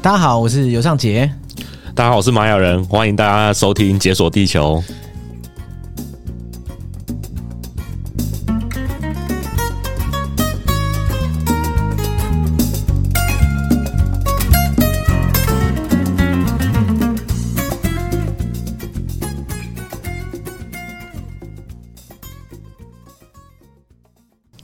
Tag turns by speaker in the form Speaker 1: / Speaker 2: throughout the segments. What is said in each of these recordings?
Speaker 1: 大家好，我是尤尚杰。
Speaker 2: 大家好，我是玛雅人，欢迎大家收听《解锁地球》。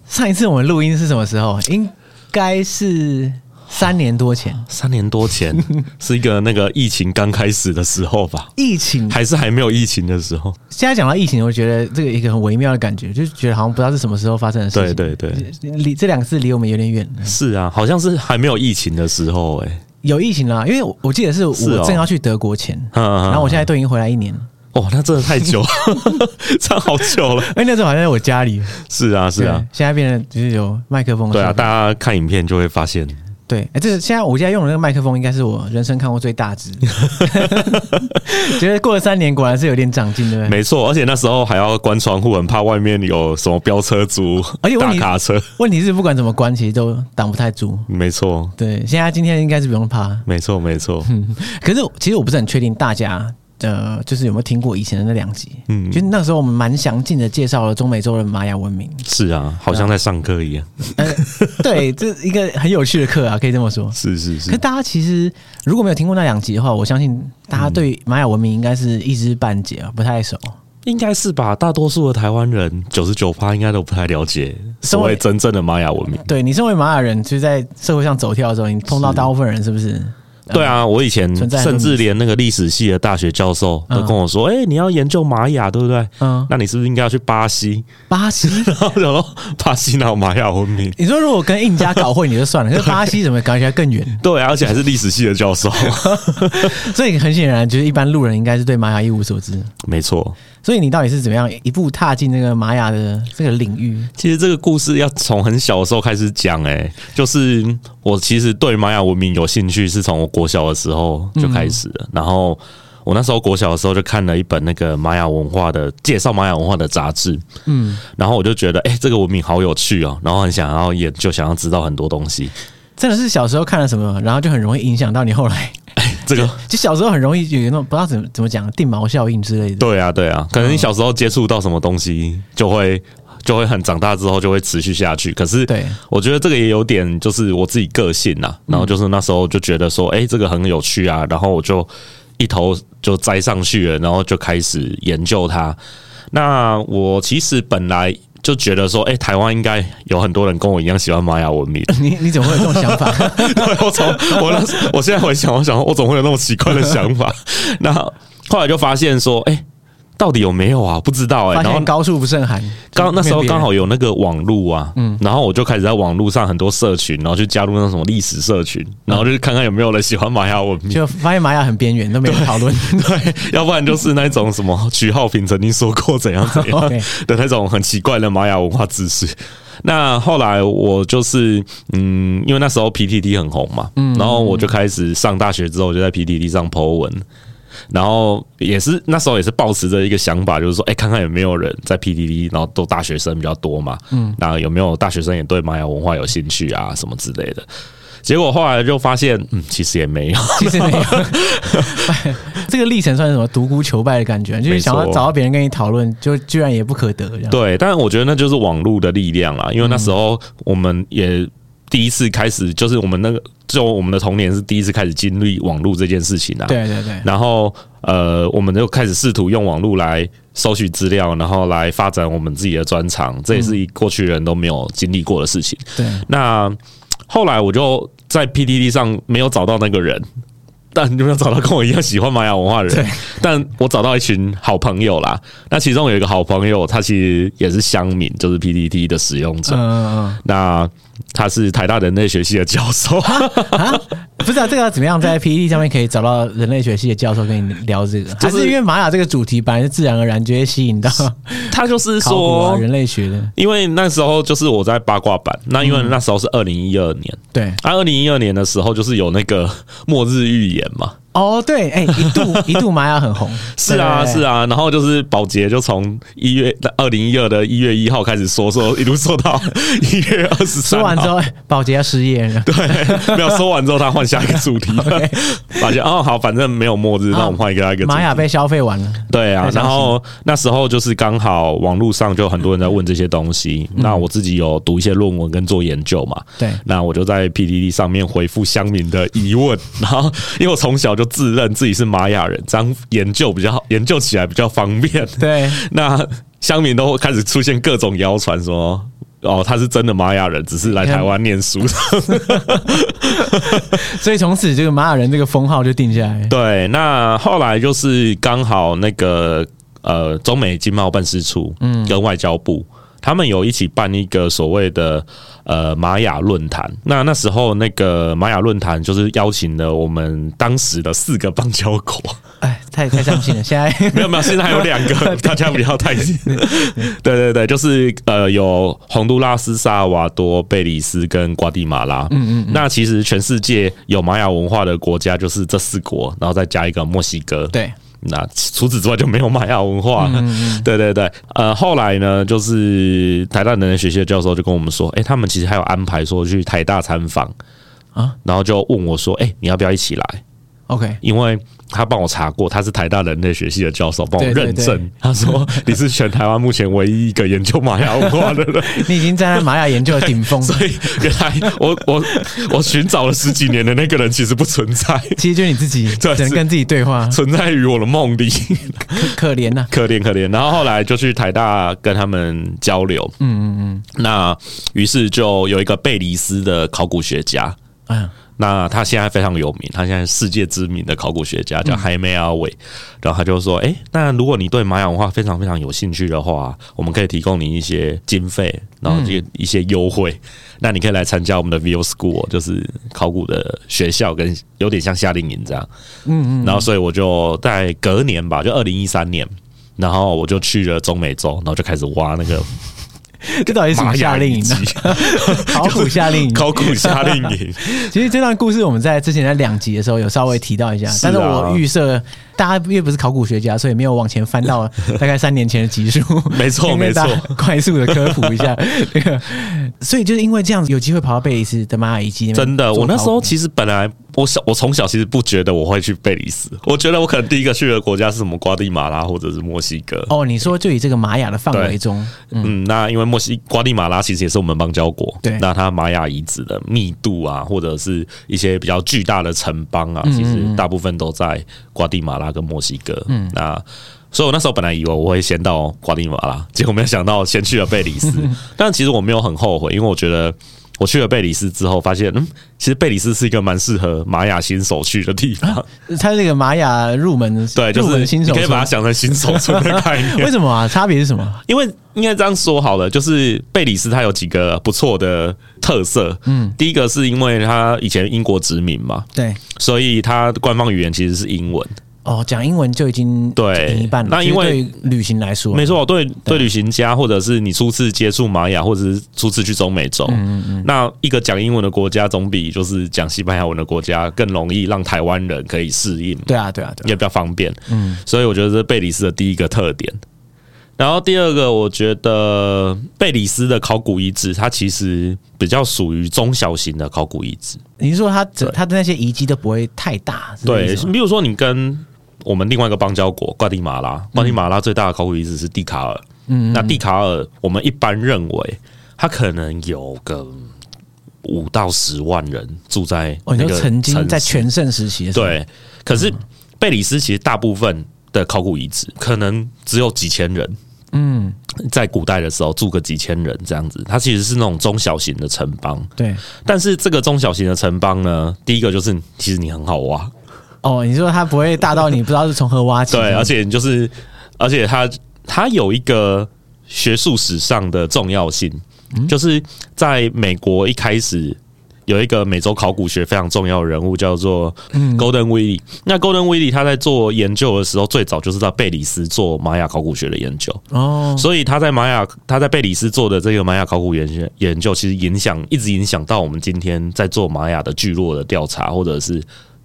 Speaker 1: 上一次我们录音是什么时候？应该是三年多前，
Speaker 2: 三年 多前是一个那个疫情刚开始的时候吧，
Speaker 1: 疫情。
Speaker 2: 还是还没有疫情的时候？
Speaker 1: 现在讲到疫情，我觉得这个一个很微妙的感觉，就是觉得好像不知道是什么时候发生的事
Speaker 2: 对
Speaker 1: 情。
Speaker 2: 对对，
Speaker 1: 对，离这两个字离我们有点远。
Speaker 2: 是啊，好像是还没有疫情的时候、欸，哎，
Speaker 1: 有疫情啦，因为我我记得是啊我
Speaker 2: 是哦
Speaker 1: 正要去德国前，
Speaker 2: 然
Speaker 1: 然后我现在都已经回来一年了，
Speaker 2: 哦，那真的太 久了，这样好久了。
Speaker 1: 哎，那时候好像在我家里。
Speaker 2: 是啊，是啊
Speaker 1: 对，，现在变成就是有麦克风的
Speaker 2: 对啊，
Speaker 1: 设备
Speaker 2: 大家看影片就会发现，
Speaker 1: 对，哎、这个现在我现在用的那个麦克风，应该是我人生看过最大 只。觉得过了三年，果然是有点长进，对不对？
Speaker 2: 没错，而且那时候还要关窗户，很怕外面有什么飙车族、
Speaker 1: 而且哎问
Speaker 2: 大
Speaker 1: 题
Speaker 2: 卡车。
Speaker 1: 问题是不管怎么关，其实都挡不太住。
Speaker 2: 没错，
Speaker 1: 对，现在今天应该是不用怕。
Speaker 2: 没错，没错。
Speaker 1: 嗯可是其实我不是很确定大家。呃，就是有没有听过以前的那两集？嗯，
Speaker 2: 嗯
Speaker 1: 就是那时候我们蛮详尽的介绍了中美洲的玛雅文明。呃
Speaker 2: 是啊，好像在上课一样。
Speaker 1: 对， 这是一个很有趣的课啊，可以这么说。
Speaker 2: 是是
Speaker 1: 可
Speaker 2: 是，
Speaker 1: 大家其实如果没有听过那两集的话，我相信大家对玛雅文明应该是一知半解啊，不太熟。
Speaker 2: 应该是吧？大多数的台湾人九十九趴应该都不太了解
Speaker 1: 身
Speaker 2: 所
Speaker 1: 为嗯
Speaker 2: 谓真正的玛雅文明。
Speaker 1: 对你身为玛雅人，就是在社会上走跳的时候，你碰到大部分人是不是？
Speaker 2: 对啊，我以前
Speaker 1: 嗯存在很多
Speaker 2: 甚至连那个历史系的大学教授都跟我说：“哎、你要研究玛雅，对不对？
Speaker 1: 嗯，
Speaker 2: 那你是不是应该要去巴西
Speaker 1: 巴西，？”
Speaker 2: 然后我想说，巴西哪有玛雅文明？
Speaker 1: 你说如果跟印加搞混你就 算了，可是巴西怎么感觉更远？
Speaker 2: 对啊，而且还是历史系的 教授。
Speaker 1: 所以很显然，就是一般路人应该是对玛雅一无所知。
Speaker 2: 没错，
Speaker 1: 所以你到底是怎么样一步踏进那个玛雅的这个领域？
Speaker 2: 其实这个故事要从很小的时候开始讲，哎，就是我其实对玛雅文明有兴趣，是从我国小的时候就开始了。然后我那时候国小的时候就看了一本那个玛雅文化的介绍玛雅文化的杂志，
Speaker 1: 嗯，
Speaker 2: 然后我就觉得，哎、这个文明好有趣哦，然后很想要研究，想要知道很多东西。
Speaker 1: 真的是小时候看了什么，然后就很容易影响到你后来。
Speaker 2: 这个
Speaker 1: 就小时候很容易有那种不知道怎么怎么讲定毛效应之类的。
Speaker 2: 对啊，对啊，可能你小时候接触到什么东西，就会就会很长大之后就会持续下去。可是，
Speaker 1: 对
Speaker 2: 我觉得这个也有点就是我自己个性呐、
Speaker 1: 嗯
Speaker 2: 然后就是那时候就觉得说，哎、这个很有趣啊，然后我就一头就栽上去了，然后就开始研究它。那我其实本来就觉得说，哎、台湾应该有很多人跟我一样喜欢玛 雅文明。
Speaker 1: 你你怎么会有这种想 法？
Speaker 2: 对我从我那时我现在回想，我想我总会有那种奇怪的想法。那后来就发现说，哎、到底有没有啊？不知道哎、
Speaker 1: 发
Speaker 2: 然后
Speaker 1: 现高处不胜寒。
Speaker 2: 刚那时
Speaker 1: 就没有
Speaker 2: 候
Speaker 1: 别人
Speaker 2: 刚好有那个网路啊，然后我就开始在网路上很多社群，然后去加入那种什么历史社群，然后就看看有没有人喜欢啊玛雅文明。
Speaker 1: 就发现玛雅很边缘，都没人讨论。
Speaker 2: 对， 要不然就是那种什么徐浩平曾经说过怎样怎样
Speaker 1: OK
Speaker 2: 的那种很奇怪的玛雅文化知识。那后来我就是嗯，因为那时候 PTT 很红嘛，然后我就开始上大学之后就在 PTT 上 po 文，然后也是那时候也是抱持着一个想法，就是说，哎、看看有没有人在 PTT，然后都大学生比较多嘛，嗯，那有没有大学生也对玛雅文化有兴趣啊，什么之类的。结果后来就发现，嗯， 其实也没有，
Speaker 1: 其实没有， 这个历程算是什么独孤求败的感觉，就是想要找到别人跟你讨论，就居然也不可得这样。
Speaker 2: 对，但我觉得那就是网络的力量啦，因为那时候我们也第一次开始，就是我们那个就我们的童年是第一次开始经历网络这件事情啊。，
Speaker 1: 对对对，
Speaker 2: 然后呃，我们就开始试图用网络来搜取资料，然后来发展我们自己的专长，这也是一过去人都没有经历过的事情。
Speaker 1: 对，嗯
Speaker 2: 那后来我就在 PTT 上没有找到那个人， 但没有找到跟我一样喜欢玛雅文化的人
Speaker 1: 对，
Speaker 2: 但我找到一群好朋友啦。那其中有一个好朋友，他其实也是乡民，就是 PTT 的使用者。
Speaker 1: 嗯嗯
Speaker 2: 那他是台大人类学系的教授，
Speaker 1: 嗯啊，不知道、这个要怎么样 在 PPT 上面可以找到人类学系的教授跟你聊这个，
Speaker 2: 就是
Speaker 1: 还是因为玛雅这个主题本来就自然而然就会吸引 到
Speaker 2: 他就是
Speaker 1: 考古啊
Speaker 2: 说，
Speaker 1: 人类学的，
Speaker 2: 因为那时候就是我在八卦版，那因为那时候是二零一二年，
Speaker 1: 对
Speaker 2: 啊，二零一二年的时候就是有那个末日预言嘛，
Speaker 1: 哦，对，哎、一 度一度玛雅很红，
Speaker 2: 是啊，
Speaker 1: 对
Speaker 2: 是，啊，然后就是保洁就从一月二零一二的一月一号开始说说，一路说到一月二十
Speaker 1: 说
Speaker 2: 三
Speaker 1: 完之
Speaker 2: 号。
Speaker 1: 后，保洁要失业了。
Speaker 2: 对，没有说完之后，他换下一个 主题。 发现哦，好，反正没有末日，那我们换一个下一个主
Speaker 1: 玛雅
Speaker 2: 题。
Speaker 1: 被消费完了，
Speaker 2: 对啊
Speaker 1: 太，伤
Speaker 2: 然后那时候就是刚好网络上就很多人在问这些东西，那我自己有读一些论文跟做研究嘛，
Speaker 1: 嗯对
Speaker 2: 那我就在 PDD 上面回复乡民的疑问，然后因为我从小就自认自己是玛雅人，这样研究比较好，研究起来比较方便。
Speaker 1: 对，
Speaker 2: 那乡民都开始出现各种谣传说。哦，他是真的玛雅人，只是来台湾念书。
Speaker 1: 所以从此这个玛雅人这个封号就定下来。
Speaker 2: 对，那后来就是刚好那个呃，中美经贸办事处跟外交部。他们有一起办一个所谓的呃玛雅论坛，那那时候那个玛雅论坛就是邀请了我们当时的四个邦交国，
Speaker 1: 哎，太太伤心了。现在
Speaker 2: 没有没有，现在还有两 个，大家不要太。对对对，就是呃，有洪都拉斯、萨尔瓦多、贝里斯跟瓜地马拉。嗯嗯那其实全世界有玛雅文化的国家就是这四国，然后再加一个墨西哥。。
Speaker 1: 对，
Speaker 2: 那除此之外就没有玛雅文化
Speaker 1: 嗯
Speaker 2: 了。 对对对，呃，后来呢，就是台大能源学系的教授就跟我们说，诶，他们其实还有安排说去台大参访
Speaker 1: 啊
Speaker 2: 啊，然后就问我说，诶，你要不要一起来？
Speaker 1: OK，
Speaker 2: 因为他帮我查过，他是台大人类学系的教授，帮我
Speaker 1: 对对
Speaker 2: 认证。
Speaker 1: 对
Speaker 2: 他说你是全台湾目前唯一一个研究玛雅文化 的人，
Speaker 1: 你已经站在玛雅研究的顶峰，
Speaker 2: 所以原来我我我寻找了十几年的那个人其实不存在，
Speaker 1: 其实就是你自己，
Speaker 2: 对
Speaker 1: 只能
Speaker 2: 是
Speaker 1: 跟自己对话，
Speaker 2: 存在于我的梦里。
Speaker 1: 可可怜啊呐、
Speaker 2: 可怜可怜。然后后来就去台大跟他们交流，嗯嗯嗯。那于是就有一个贝里斯的考古学家，
Speaker 1: 嗯，
Speaker 2: 那他现在非常有名，他现在是世界知名的考古学家叫海梅阿伟。然后他就说：“诶，那如果你对玛雅文化非常非常有兴趣的话，我们可以提供你一些经费，然后这个一些优惠。那你可以来参加我们的 View School，就是考古的学校，跟有点像夏令营这样。嗯嗯。然后所以我就在隔年吧，就二零一三年。”然后我就去了中美洲，然后就开始挖那个
Speaker 1: 这到底是什
Speaker 2: 玛
Speaker 1: 么
Speaker 2: 雅
Speaker 1: 夏令
Speaker 2: 遗
Speaker 1: 营
Speaker 2: 迹
Speaker 1: 呢、， 考古夏 令营。
Speaker 2: 考古夏令营。
Speaker 1: 其实这段故事我们在之前在两集的时候有稍微提到一下，
Speaker 2: 啊
Speaker 1: 但是我预设大家因为不是考古学家，所以没有往前翻到 大概三年前的集数。
Speaker 2: 没错
Speaker 1: 先跟
Speaker 2: 没错
Speaker 1: 大家快速的科普一 下。这个，所以就是因为这样子，有机会跑到贝里斯的玛雅遗迹那边
Speaker 2: 真的，
Speaker 1: 做
Speaker 2: 我那时
Speaker 1: 考
Speaker 2: 候
Speaker 1: 古
Speaker 2: 其实本来我小我从小其实不觉得我会去贝里斯，我觉得我可能第一个去的国家是什么瓜地马拉或者是墨西哥。
Speaker 1: 哦，你说就以这个玛雅的范围
Speaker 2: 对
Speaker 1: 中，
Speaker 2: 嗯，那因为墨西瓜地马拉其实也是我们邦交国，
Speaker 1: 对
Speaker 2: 那它玛雅遗址的密度啊，或者是一些比较巨大的城邦
Speaker 1: 嗯
Speaker 2: 啊，其实大部分都在瓜地马拉跟墨西哥。嗯，那所以我那时候本来以为我会先到瓜地马拉，结果没有想到先去了贝 里斯，但其实我没有很后悔，因为我觉得。我去了贝里斯之后，发现嗯，其实贝里斯是一个蛮适合玛雅新手去的 地方。
Speaker 1: 它这个玛雅入门的
Speaker 2: 对，就
Speaker 1: 入
Speaker 2: 是
Speaker 1: 门新
Speaker 2: 你
Speaker 1: 手
Speaker 2: 可以把它
Speaker 1: 村，
Speaker 2: 想成新手村的概念。
Speaker 1: 为什么啊？差别是什么？
Speaker 2: 因为应该这样说好了，就是贝里斯它有几个不错的特色。嗯，第一个是因为它以前英国殖民嘛，
Speaker 1: 对，
Speaker 2: 所以它官方语言其实是英文。
Speaker 1: 哦，讲英文就已经
Speaker 2: 对
Speaker 1: 赢一半了。
Speaker 2: 那因为
Speaker 1: 就是对于旅行来说，
Speaker 2: 没错，对对，旅行家或者是你初次接触玛雅，或者是初次去中美洲，那一个讲英文的国家总比就是讲西班牙文的国家更容易让台湾人可以适应嘛。
Speaker 1: 对啊，对啊，对啊，
Speaker 2: 也比较方便。嗯，所以我觉得这是贝里斯的第一个特点。然后第二个，我觉得贝里斯的考古遗址，它其实比较属于中小型的考古遗址。
Speaker 1: 你是说它整
Speaker 2: 对
Speaker 1: 它的那些遗迹都不会太大？是这个意
Speaker 2: 对，
Speaker 1: 思吗
Speaker 2: 比如说你跟我们另外一个邦交国瓜地马
Speaker 1: 嗯
Speaker 2: 拉，瓜地马拉最大的考古遗址是蒂卡尔。嗯，那蒂卡尔，我们一般认为它可能有个五到十万人住在
Speaker 1: 哦，你
Speaker 2: 那个
Speaker 1: 说曾经在
Speaker 2: 城市
Speaker 1: 全盛时期的时候，
Speaker 2: 对，可是贝里斯其实大部分的考古遗址可能只有几千人。嗯，在古代的时候住个几千人这样子，它其实是那种中小型的城邦。
Speaker 1: 对
Speaker 2: 但是这个中小型的城邦呢，第一个就是其实你很好挖，
Speaker 1: 哦，你说它不会大到你不知道是从何挖起？
Speaker 2: 对，而啊且你就是，而且它它有一个学术史上的重要性，就是在美国一开始。有一个美洲考古学非常重要的人物叫做 Golden Willie，、那 Golden Willie 他在做研究的时候，最早就是在贝里斯做玛雅考古学的研究，
Speaker 1: 哦，
Speaker 2: 所以他在玛雅他在贝里斯做的这个玛雅考古研究研究，其实影响一直影响到我们今天在做玛雅的聚落的调查，或者是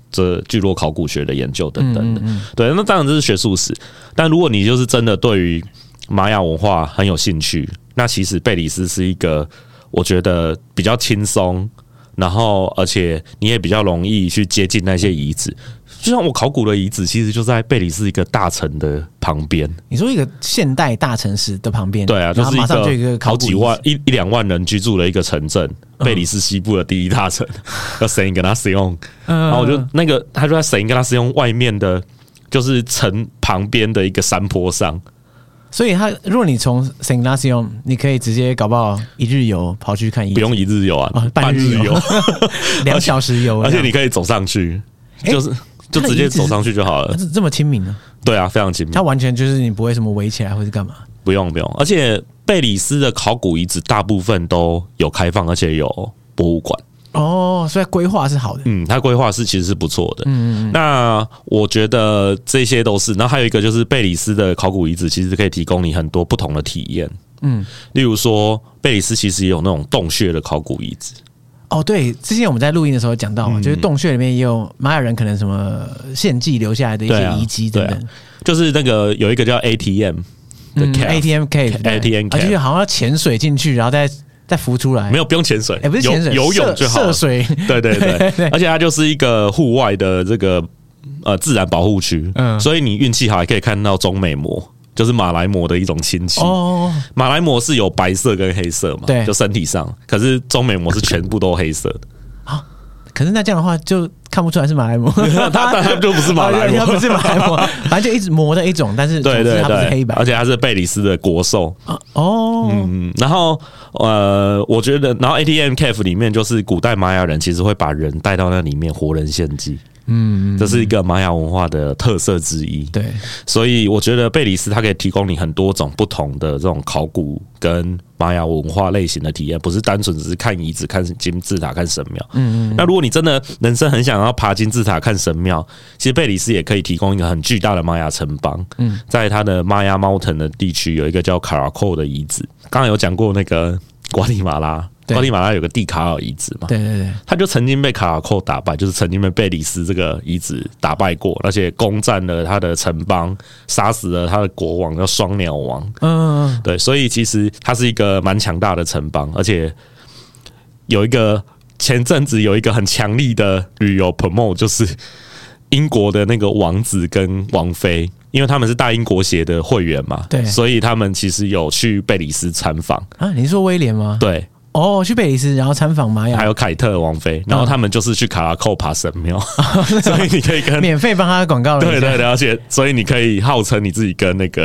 Speaker 2: 这聚落考古学的研究等等的。对，那当然这是学术史，但如果你就是真的对于玛雅文化很有兴趣，那其实贝里斯是一个我觉得比较轻松，然后而且你也比较容易去接近那些遗址。就像我考古的遗址，其实就在贝里斯一个大城的旁边。
Speaker 1: 你说一个现代大城市的旁边，
Speaker 2: 对啊，
Speaker 1: 然
Speaker 2: 就
Speaker 1: 后
Speaker 2: 是
Speaker 1: 马上就有
Speaker 2: 一
Speaker 1: 一
Speaker 2: 个
Speaker 1: 个
Speaker 2: 好
Speaker 1: 考古嗯
Speaker 2: 几
Speaker 1: 遗
Speaker 2: 万
Speaker 1: 址，
Speaker 2: 一一两万人居住的一个城镇，贝里斯西部的第一大 城，叫神跟他使用。
Speaker 1: 嗯
Speaker 2: 然后我就那个，他就在神跟他使用外面的，就是城旁边的一个山坡上。
Speaker 1: 所以他如果你从 San Ignacio，你可以直接搞不好一日游跑去看遗
Speaker 2: 不
Speaker 1: 址，
Speaker 2: 用一日游啊
Speaker 1: 哦，半日游
Speaker 2: 游，
Speaker 1: 两小时游，
Speaker 2: 而且你可以走上去，就是就直接走上去就
Speaker 1: 这
Speaker 2: 好了
Speaker 1: 样。这这么亲民呢、
Speaker 2: 对啊，非常亲密
Speaker 1: 它，完全就是你不会什么围起来或是干嘛。
Speaker 2: 不用不用。而且贝里斯的考古遗址大部分都有开放，而且有博物馆。
Speaker 1: 哦，所以规划是好的。
Speaker 2: 嗯，它规划是其实是不错的。嗯嗯那我觉得这些都是，然后还有一个就是贝里斯的考古遗址，其实可以提供你很多不同的体验。
Speaker 1: 嗯，
Speaker 2: 例如说，贝里斯其实也有那种洞穴的考古遗址，
Speaker 1: 哦，对，之前我们在录音的时候讲到嘛，
Speaker 2: 嗯
Speaker 1: 就是洞穴里面也有玛雅人可能什么献祭留下来的一
Speaker 2: 对
Speaker 1: 些
Speaker 2: 啊
Speaker 1: 遗迹等嗯
Speaker 2: 对啊
Speaker 1: 等。
Speaker 2: 就是那个有一个叫 ATM 的 cave，、
Speaker 1: ATM cave 对
Speaker 2: ATM
Speaker 1: 啊
Speaker 2: cave
Speaker 1: 就是好像要潜水进去，然后再再浮出来。
Speaker 2: 没
Speaker 1: 有，
Speaker 2: 有不用潜水，
Speaker 1: 哎，不是潜水，
Speaker 2: 游游泳
Speaker 1: 涉
Speaker 2: 就好了
Speaker 1: 涉水。
Speaker 2: 对对对，
Speaker 1: 对对
Speaker 2: 而且它就是一个户外的这个呃自然保护区，
Speaker 1: 嗯
Speaker 2: 所以你运气好还可以看到中美膜，就是马来貘的一种亲戚。
Speaker 1: 哦，
Speaker 2: 马来貘是有白色跟黑色嘛，
Speaker 1: 对
Speaker 2: 就身体上，可是中美膜是全部都黑色 的，
Speaker 1: 可是那这样的话就看不出来是马来貘，
Speaker 2: 它它它就不是马来
Speaker 1: 啊 它不
Speaker 2: 貘。
Speaker 1: 是马来貘，反正就一直磨的一种，但是总
Speaker 2: 对
Speaker 1: 之
Speaker 2: 对
Speaker 1: 它不是黑
Speaker 2: 对，
Speaker 1: 白
Speaker 2: 而。且它是贝里斯的国兽，
Speaker 1: 啊哦，
Speaker 2: 嗯，然后呃，我觉得，然后 ATM cave 里面就是古代玛雅人其实会把人带到那里面活人献祭，嗯，这是一个玛雅文化的特色之一，
Speaker 1: 对，
Speaker 2: 所以我觉得贝里斯它可以提供你很多种不同的这种考古跟玛雅文化类型的体验，不是单纯只是看遗址、看金字塔、看神庙。嗯嗯。那如果你真的人生很想要爬金字塔、看神庙，其实贝里斯也可以提供一个很巨大的玛雅城邦。嗯，在它的玛雅 Mountain 的地区有一个叫卡拉寇的遗址，刚刚有讲过那个瓜地马拉，
Speaker 1: 对
Speaker 2: 瓜地马拉有个蒂卡尔遗址嘛。
Speaker 1: 对对对，
Speaker 2: 他就曾经被卡拉寇打败，就是曾经被贝里斯这个遗址打败过，而且攻占了他的城邦，杀死了他的国王叫双鸟王。
Speaker 1: 嗯，嗯
Speaker 2: 对，所以其实他是一个蛮强大的城邦，而且有一个前阵子有一个很强力的旅游 promo，就是英国的那个王子跟王妃，因为他们是大英国协的会员嘛，
Speaker 1: 对
Speaker 2: 所以他们其实有去贝里斯参访，
Speaker 1: 啊，你是说威廉吗？
Speaker 2: 对，
Speaker 1: 哦，去贝里斯，然后参访玛
Speaker 2: 还
Speaker 1: 雅，
Speaker 2: 有凯特王妃，然后他们就是去卡拉寇爬神庙， 所以你可 以跟
Speaker 1: 免费帮他广告了一
Speaker 2: 对
Speaker 1: 下。
Speaker 2: 对了解，所以你可以号称你自己跟那个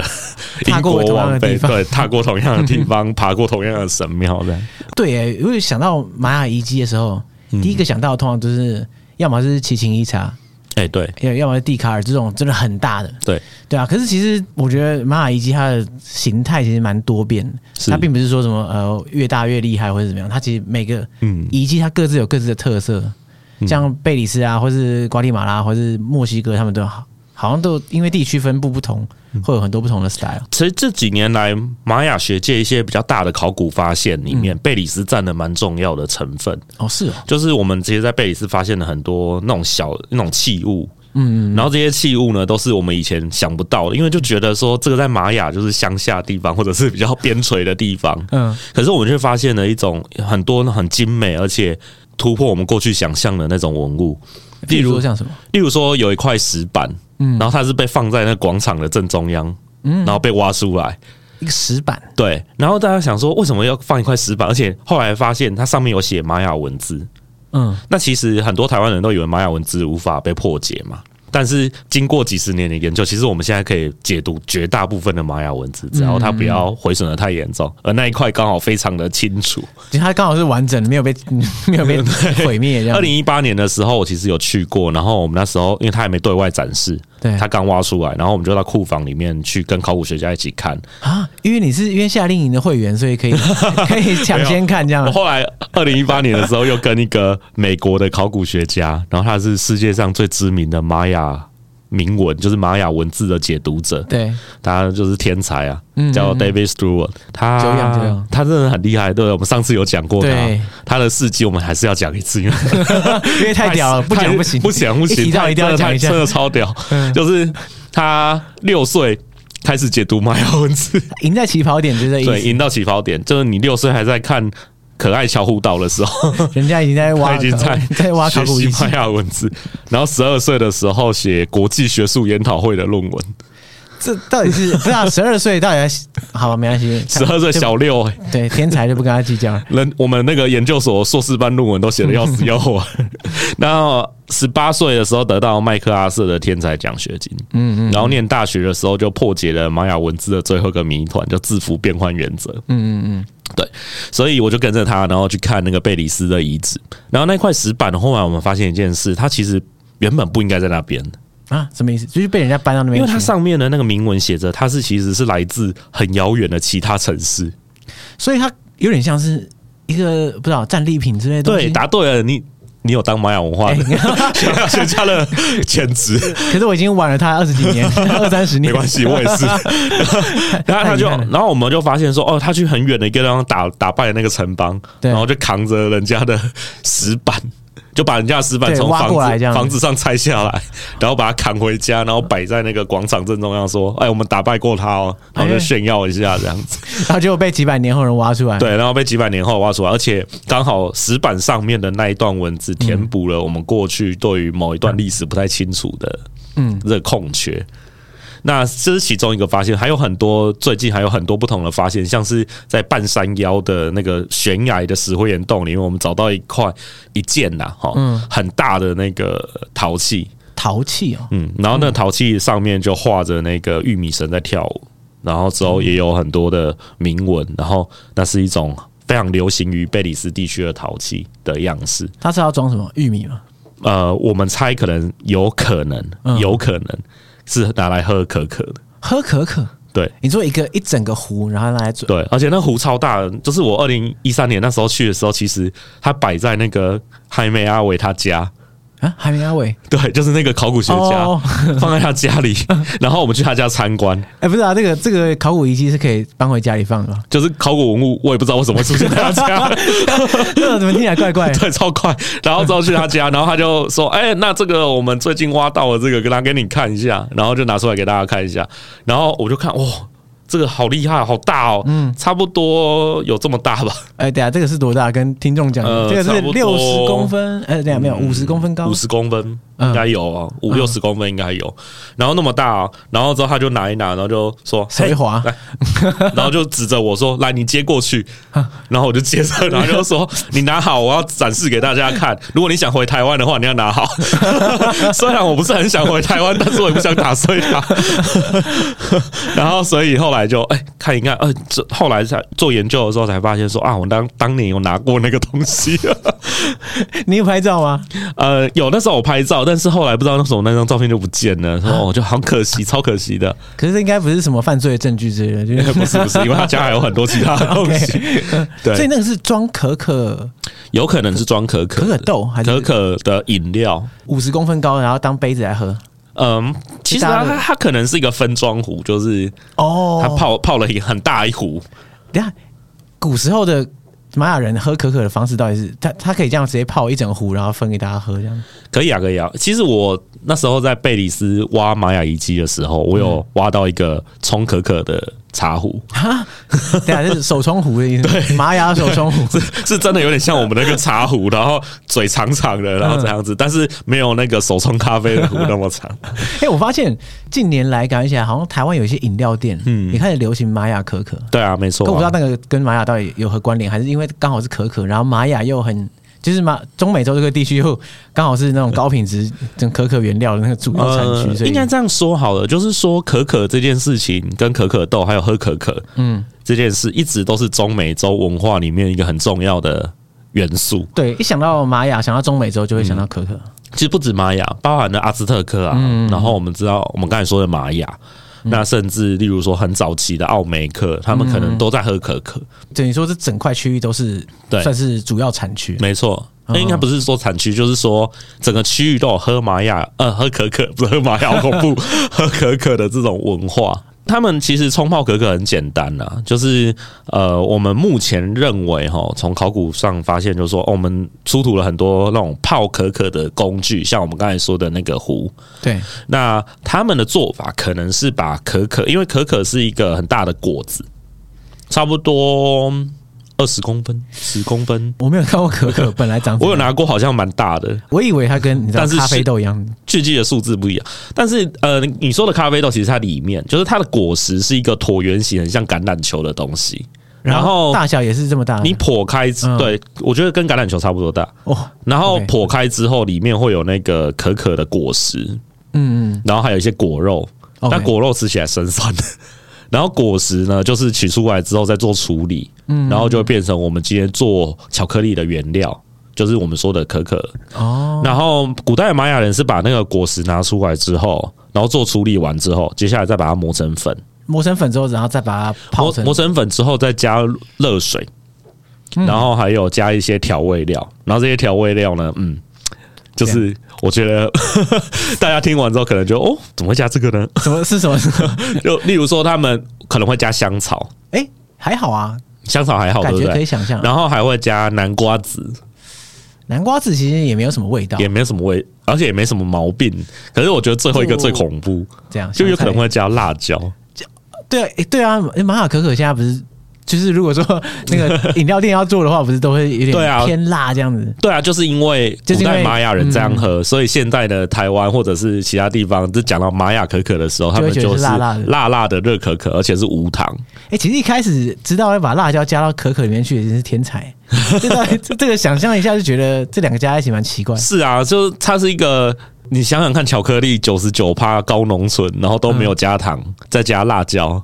Speaker 2: 英
Speaker 1: 踏过
Speaker 2: 国
Speaker 1: 同样
Speaker 2: 王
Speaker 1: 的
Speaker 2: 妃
Speaker 1: 地方
Speaker 2: 对踏过同样的 地方，爬过同样的神庙这样。
Speaker 1: 对耶，因为想到玛雅遗迹的时候，第一个想到的通常都是要么是奇琴伊察，
Speaker 2: 哎、对
Speaker 1: 要要么是蒂卡尔这种真的很大的，
Speaker 2: 对，
Speaker 1: 对啊。可是其实我觉得玛雅遗迹它的形态其实蛮多变的，
Speaker 2: 是
Speaker 1: 它并不是说什么呃越大越厉害或者怎么样，它其实每个
Speaker 2: 嗯
Speaker 1: 遗迹它各自有各自的特色，像贝里斯啊，或是瓜地马拉，或是墨西哥，他们都好。好像都因为地区分布不同，会有很多不同的 style。
Speaker 2: 其实这几年来，玛雅学界一些比较大的考古发现里
Speaker 1: 嗯
Speaker 2: 面，贝里斯占了蛮重要的成分。
Speaker 1: 哦，是哦，
Speaker 2: 就是我们直接在贝里斯发现了很多那种小那种器物，嗯，然后这些器物呢，都是我们以前想不到的，因为就觉得说这个在玛雅就是乡下地方或者是比较边陲的地方，
Speaker 1: 嗯，
Speaker 2: 可是我们却发现了一种很多很精美而且突破我们过去想象的那种文物，例
Speaker 1: 例如
Speaker 2: 如
Speaker 1: 说像什么？
Speaker 2: 例如说有一块石板，嗯，然后它是被放在那广场的正中央，嗯，然后被挖出来，
Speaker 1: 一个石板，
Speaker 2: 对，然后大家想说为什么要放一块石板，而且后来发现它上面有写玛雅文字，
Speaker 1: 嗯，
Speaker 2: 那其实很多台湾人都以为玛雅文字无法被破解嘛，但是经过几十年的研究，其实我们现在可以解读绝大部分的玛雅文字，只
Speaker 1: 嗯
Speaker 2: 要它不要毁损的太严重，而那一块刚好非常的清楚。
Speaker 1: 就它刚好是完整的，没有被 没有被毁灭这样
Speaker 2: 二。零一八年的时候，我其实有去过，然后我们那时候因为它还没对外展示，
Speaker 1: 对
Speaker 2: 它刚挖出来，然后我们就到库房里面去跟考古学家一起看。
Speaker 1: 啊，因为你是因为夏令营的会员，所以可以 可以抢先看这
Speaker 2: 我
Speaker 1: 样。
Speaker 2: 后来二零一八年的时候，又跟一个美国的考古学家，然后他是世界上最知名的玛雅铭文，就是玛雅文字的解读者，
Speaker 1: 对，
Speaker 2: 他就是天才啊
Speaker 1: 嗯，
Speaker 2: 叫 David Stewart，他
Speaker 1: 久仰久仰
Speaker 2: 他真的很厉害，对不对，我们上次有讲过他
Speaker 1: 对，
Speaker 2: 他的事迹我们还是要讲一次，因为
Speaker 1: 因为 太屌了，不讲不行，
Speaker 2: 不讲不行，
Speaker 1: 一提到一定要
Speaker 2: 太
Speaker 1: 讲一下
Speaker 2: 真，的超屌，
Speaker 1: 嗯
Speaker 2: 就是他六岁开始解读玛雅 文字，
Speaker 1: 赢在起跑点就这
Speaker 2: 对，
Speaker 1: 意
Speaker 2: 赢到起跑点，就是你六岁还在看可爱乔护道的时候。
Speaker 1: 思，人家已经在
Speaker 2: 他
Speaker 1: 挖，
Speaker 2: 已经在
Speaker 1: 在挖考
Speaker 2: 学
Speaker 1: 古
Speaker 2: 习
Speaker 1: 遗迹
Speaker 2: 玛，雅文字，然后十二岁的时候写国际学术研讨会的论文，
Speaker 1: 这到底 是不知道十二岁到底在好吧，没关系，
Speaker 2: 十二岁小六、欸
Speaker 1: 对天才就不跟他计较了，
Speaker 2: 人我们那个研究所硕士班论文都写的要死要 活。然后十八岁的时候得到麦克阿瑟的天才奖学金，嗯嗯，然后念大学的时候就破解了玛雅文字的最后一个谜团，叫字符变换原则，嗯嗯嗯。对，所以我就跟着他，然后去看那个贝里斯的遗址。然后那块石板，后来我们发现一件事，它其实原本不应该在那边，
Speaker 1: 啊，什么意思？就是被人家搬到那
Speaker 2: 因
Speaker 1: 边
Speaker 2: 为它
Speaker 1: 去，
Speaker 2: 上面的那个铭文写着，它是其实是来自很遥远的其他城市。
Speaker 1: 所以他有点像是一个不知道战利品之类的东
Speaker 2: 对，
Speaker 1: 西。哎
Speaker 2: 答对了，你你有当玛雅文化的 学家的潜 质，
Speaker 1: 可是我已经晚了他二十 几年，二三十年，
Speaker 2: 没关系，我也 是。然后他就，
Speaker 1: 太遗憾了
Speaker 2: 然后我们就发现说，哦，他去很远的一个地方打打败了那个城邦，
Speaker 1: 对
Speaker 2: 然后就扛着人家的石板。就把人家的石板
Speaker 1: 对
Speaker 2: 从
Speaker 1: 挖
Speaker 2: 房
Speaker 1: 过来
Speaker 2: 子
Speaker 1: 这样子
Speaker 2: 房子上拆下来，然后把它扛回家，然后摆在那个广场正中央，说：“哎，我们打败过他哦。”然后就
Speaker 1: 哎
Speaker 2: 炫耀一下这样子。
Speaker 1: 然后结果被几百年后人挖出来。
Speaker 2: 对，然后被几百年后挖出来，而且刚好石板上面的那一段文字填补了我们过去对于某一段历史不太清楚的
Speaker 1: 嗯
Speaker 2: 这个空缺。那这是其中一个发现，还有很多最近还有很多不同的发现，像是在半山腰的那个悬崖的石灰岩洞里面，我们找到一块一件呐、哈，很大的那个陶器，
Speaker 1: 陶器哦，
Speaker 2: 嗯，然后那陶器上面就画着那个玉米神在跳舞，然后之后也有很多的铭文，然后那是一种非常流行于贝里斯地区的陶器的样式。
Speaker 1: 它是要装什么玉米吗？
Speaker 2: 呃，我们猜可能有可能，
Speaker 1: 嗯
Speaker 2: 有可能是拿来喝可可的。
Speaker 1: 喝可可。
Speaker 2: 对
Speaker 1: 你做一个一整个壶，然后拿来做，
Speaker 2: 对，而且那壶超大的，就是我二零一三年那时候去的时候，其实它摆在那个海梅阿维他家。
Speaker 1: 啊，海绵阿伟，
Speaker 2: 对，就是那个考古学家、
Speaker 1: 哦
Speaker 2: 放在他家 里，然后我们去他家参观，？
Speaker 1: 哎、不是啊，这个这个考古遗迹是可以搬回家里放的吗
Speaker 2: 就是考古文物，我 也不知道为什么会出现在他家。
Speaker 1: 这个怎么听起来怪 怪的？
Speaker 2: 对，超快。然后之后去他家，然后他就说：“哎、那这个我们最近挖到的这个，给他给你看一下。”然后就拿出来给大家看一下。然后我就看，哇、这个好厉害，好大哦，嗯，差不多有这么大吧，
Speaker 1: 哎、等一下这个是多大？跟听众讲一下，
Speaker 2: 呃
Speaker 1: 这个
Speaker 2: 差
Speaker 1: 是
Speaker 2: 不多嗯
Speaker 1: 六十公分，哎、等一下没有五十公分高，
Speaker 2: 五十公分
Speaker 1: 嗯
Speaker 2: 应该有哦，五六十公分应该有。然后那么大、哦，然后之后他就拿一拿，然后就说：“
Speaker 1: 手一
Speaker 2: 嘿
Speaker 1: 滑
Speaker 2: 来， 然后就指着我说：“来，你接过去。”然后我就接着，然后就说：“你拿好，我要展示给大家看。如果你想回台湾的话，你要拿好。 虽然我不是很想回台湾，但是我也不想打碎它。 然后所以后来就哎、看一看，呃，这后来才做研究的时候才发现说啊，我当当年有拿过那个东西。
Speaker 1: 你有拍照吗？
Speaker 2: 呃，有那时候我拍照，但是后来不知道那时候那张照片就不见了，然后我就好可惜，超可惜的。
Speaker 1: 可是这应该不是什么犯罪的证据之类的，就是
Speaker 2: 不是不是，因为他家还有很多其他的 东
Speaker 1: 哦
Speaker 2: 西。对，
Speaker 1: 所以那个是装可可
Speaker 2: 有可能是装可可
Speaker 1: 可可
Speaker 2: 的
Speaker 1: 豆还是
Speaker 2: 可可的饮料。
Speaker 1: 五十公分高，然后当杯子来喝。
Speaker 2: 嗯，其
Speaker 1: 其
Speaker 2: 实
Speaker 1: 他
Speaker 2: 它
Speaker 1: 的
Speaker 2: 它可能是一个分装壶，就是
Speaker 1: 哦，
Speaker 2: 它泡泡了一个很大一壶，
Speaker 1: 等一下，古时候的玛雅人喝可可的方式到底是他他可以这样直接泡一整壶，然后分给大家喝这样？
Speaker 2: 可以啊，可以啊。其实我那时候在贝里斯挖玛雅遗迹的时候，
Speaker 1: 嗯
Speaker 2: 我有挖到一个冲可可的茶壶，
Speaker 1: 哈， 对啊，这是手冲壶的意思，玛雅手冲壶。
Speaker 2: 是是真的有点像我们那个茶壶，然后嘴长长的，然后这样子，但是没有那个手冲咖啡的壶那么 长。
Speaker 1: 哎、我发现近年来感觉起来，好像台湾有一些饮料店，也开始流行玛雅可可。
Speaker 2: 对啊，没错、
Speaker 1: 可我不知道
Speaker 2: 啊。
Speaker 1: 那个跟玛雅到底有何关联，还是因为刚好是可可，然后玛雅又很就是马中美洲这个地区又刚好是那种高品质这种可可原料的那个主要产区，所以
Speaker 2: 呃应该这样说好了，就是说可可这件事情跟可可豆还有喝可可，嗯，这件事一直都是中美洲文化里面一个很重要的元素。
Speaker 1: 对。一想到玛雅，想到中美洲就会想到可可。
Speaker 2: 其实不止玛雅，包含了阿兹特克啊，
Speaker 1: 嗯
Speaker 2: 然后我们知道我们刚才说的玛雅，那甚至例如说很早期的奥梅克，他们
Speaker 1: 嗯
Speaker 2: 可能都在喝可可。
Speaker 1: 等于说这整块区域都是
Speaker 2: 对
Speaker 1: 算是主要产区。
Speaker 2: 没错，那应该不是说产区，就是说整个区域都有喝玛雅，呃，喝可 可不是喝玛雅，好恐怖， 喝可可的这种文化。他们其实冲泡可可很简单啦、就是呃，我们目前认为哈，从考古上发现，就是说、哦我们出土了很多那种泡可可的工具，像我们刚才说的那个壶，
Speaker 1: 对，
Speaker 2: 那他们的做法可能是把可可，因为可可是一个很大的果子，差不多二十公分、十公分。
Speaker 1: 我没有看过可 可本来长怎
Speaker 2: 我有
Speaker 1: 样，
Speaker 2: 拿过，好像蛮大的，
Speaker 1: 我以为它跟你知道
Speaker 2: 但是
Speaker 1: 咖
Speaker 2: 是
Speaker 1: 啡豆一样，
Speaker 2: 具体的数字不一样。但是呃，你说的咖啡豆其实它里面就是它的果实是一个椭圆形，很像橄榄球的东西。然后
Speaker 1: 大小也是这么大。
Speaker 2: 你剖开之，
Speaker 1: 嗯
Speaker 2: 对我觉得跟橄榄球差不多大。
Speaker 1: 哦，
Speaker 2: 然后
Speaker 1: OK
Speaker 2: 剖开之后，里面会有那个可可的果实，
Speaker 1: 嗯嗯，
Speaker 2: 然后还有一些果肉，
Speaker 1: OK
Speaker 2: 但果肉吃起来酸酸的。 然后果实呢，就是取出来之后再做处理，
Speaker 1: 嗯
Speaker 2: 然后就会变成我们今天做巧克力的原料，就是我们说的可可。
Speaker 1: 哦，
Speaker 2: 然后古代的玛雅人是把那个果实拿出来之后，然后做处理完之后，接下来再把它磨成粉，
Speaker 1: 磨成粉之后，然后再把它泡
Speaker 2: 磨
Speaker 1: 成
Speaker 2: 磨成粉之后再加热水，
Speaker 1: 嗯
Speaker 2: 然后还有加一些调味料，然后这些调味料呢，嗯，就是我觉得 大家听完之后可能就哦，怎么会加这个呢？
Speaker 1: 什么是什么？
Speaker 2: 就例如说，他们可能会加香草，
Speaker 1: 哎，还好啊，
Speaker 2: 香草还好，对
Speaker 1: 感
Speaker 2: 不
Speaker 1: 觉可以
Speaker 2: 对？
Speaker 1: 想象。
Speaker 2: 然后还会加南瓜子，
Speaker 1: 南瓜子其实也没有什么味道，
Speaker 2: 也没什么味，而且也没什么毛病。可是我觉得最后一个
Speaker 1: 就
Speaker 2: 最恐怖，
Speaker 1: 这样
Speaker 2: 就有可能
Speaker 1: 香菜
Speaker 2: 会加辣椒。
Speaker 1: 对啊，诶对啊，诶玛雅可可现在不是。就是如果说那 个饮料店要做的话，不是都会有
Speaker 2: 对啊
Speaker 1: 点偏辣这样子？
Speaker 2: 对啊，就是因为古
Speaker 1: 就是因为嗯
Speaker 2: 代玛雅人这样喝，所以现代的台湾或者是其他地方，就讲到玛雅可可的时候，他
Speaker 1: 就会
Speaker 2: 们
Speaker 1: 觉得
Speaker 2: 就是是
Speaker 1: 辣辣的
Speaker 2: 辣辣的热可可，而且是无糖。
Speaker 1: 哎、其实一开始知道要把辣椒加到可可里面去，也真是天 才。这到底这这个想象一下就觉得这两个加在一起蛮奇 怪。
Speaker 2: 是啊，就是它是一个，你想想看，巧克力九十九趴高浓醇，然后都
Speaker 1: 嗯
Speaker 2: 没有加糖，再加辣椒，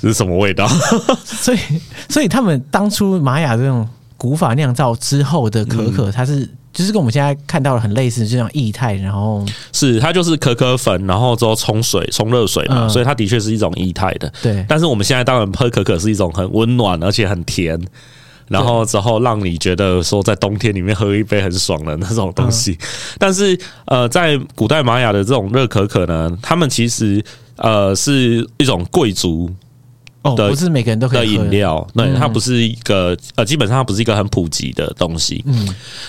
Speaker 2: 这是什么味道？
Speaker 1: 所以，所以他们当初玛雅这种古法酿造之后的可
Speaker 2: 嗯
Speaker 1: 可，它是就是跟我们现在看到的很类似，就像液态，然后
Speaker 2: 是它就是可可粉，然后之后冲水、冲热水嘛，
Speaker 1: 嗯
Speaker 2: 所以它的确是一种液态的。
Speaker 1: 对
Speaker 2: 但是我们现在当然喝可可是一种很温暖而且很甜，然后之后让你觉得说在冬天里面喝一杯很爽的那种东西。
Speaker 1: 嗯
Speaker 2: 但是呃，在古代玛雅的这种热可可呢，他们其实呃是一种贵族
Speaker 1: 哦，
Speaker 2: 的
Speaker 1: 不是每个人都可
Speaker 2: 的
Speaker 1: 以喝
Speaker 2: 饮
Speaker 1: 的。
Speaker 2: 料，对，
Speaker 1: 嗯
Speaker 2: 它不是一个呃，基本上它不是一个很普及的东西。
Speaker 1: 嗯，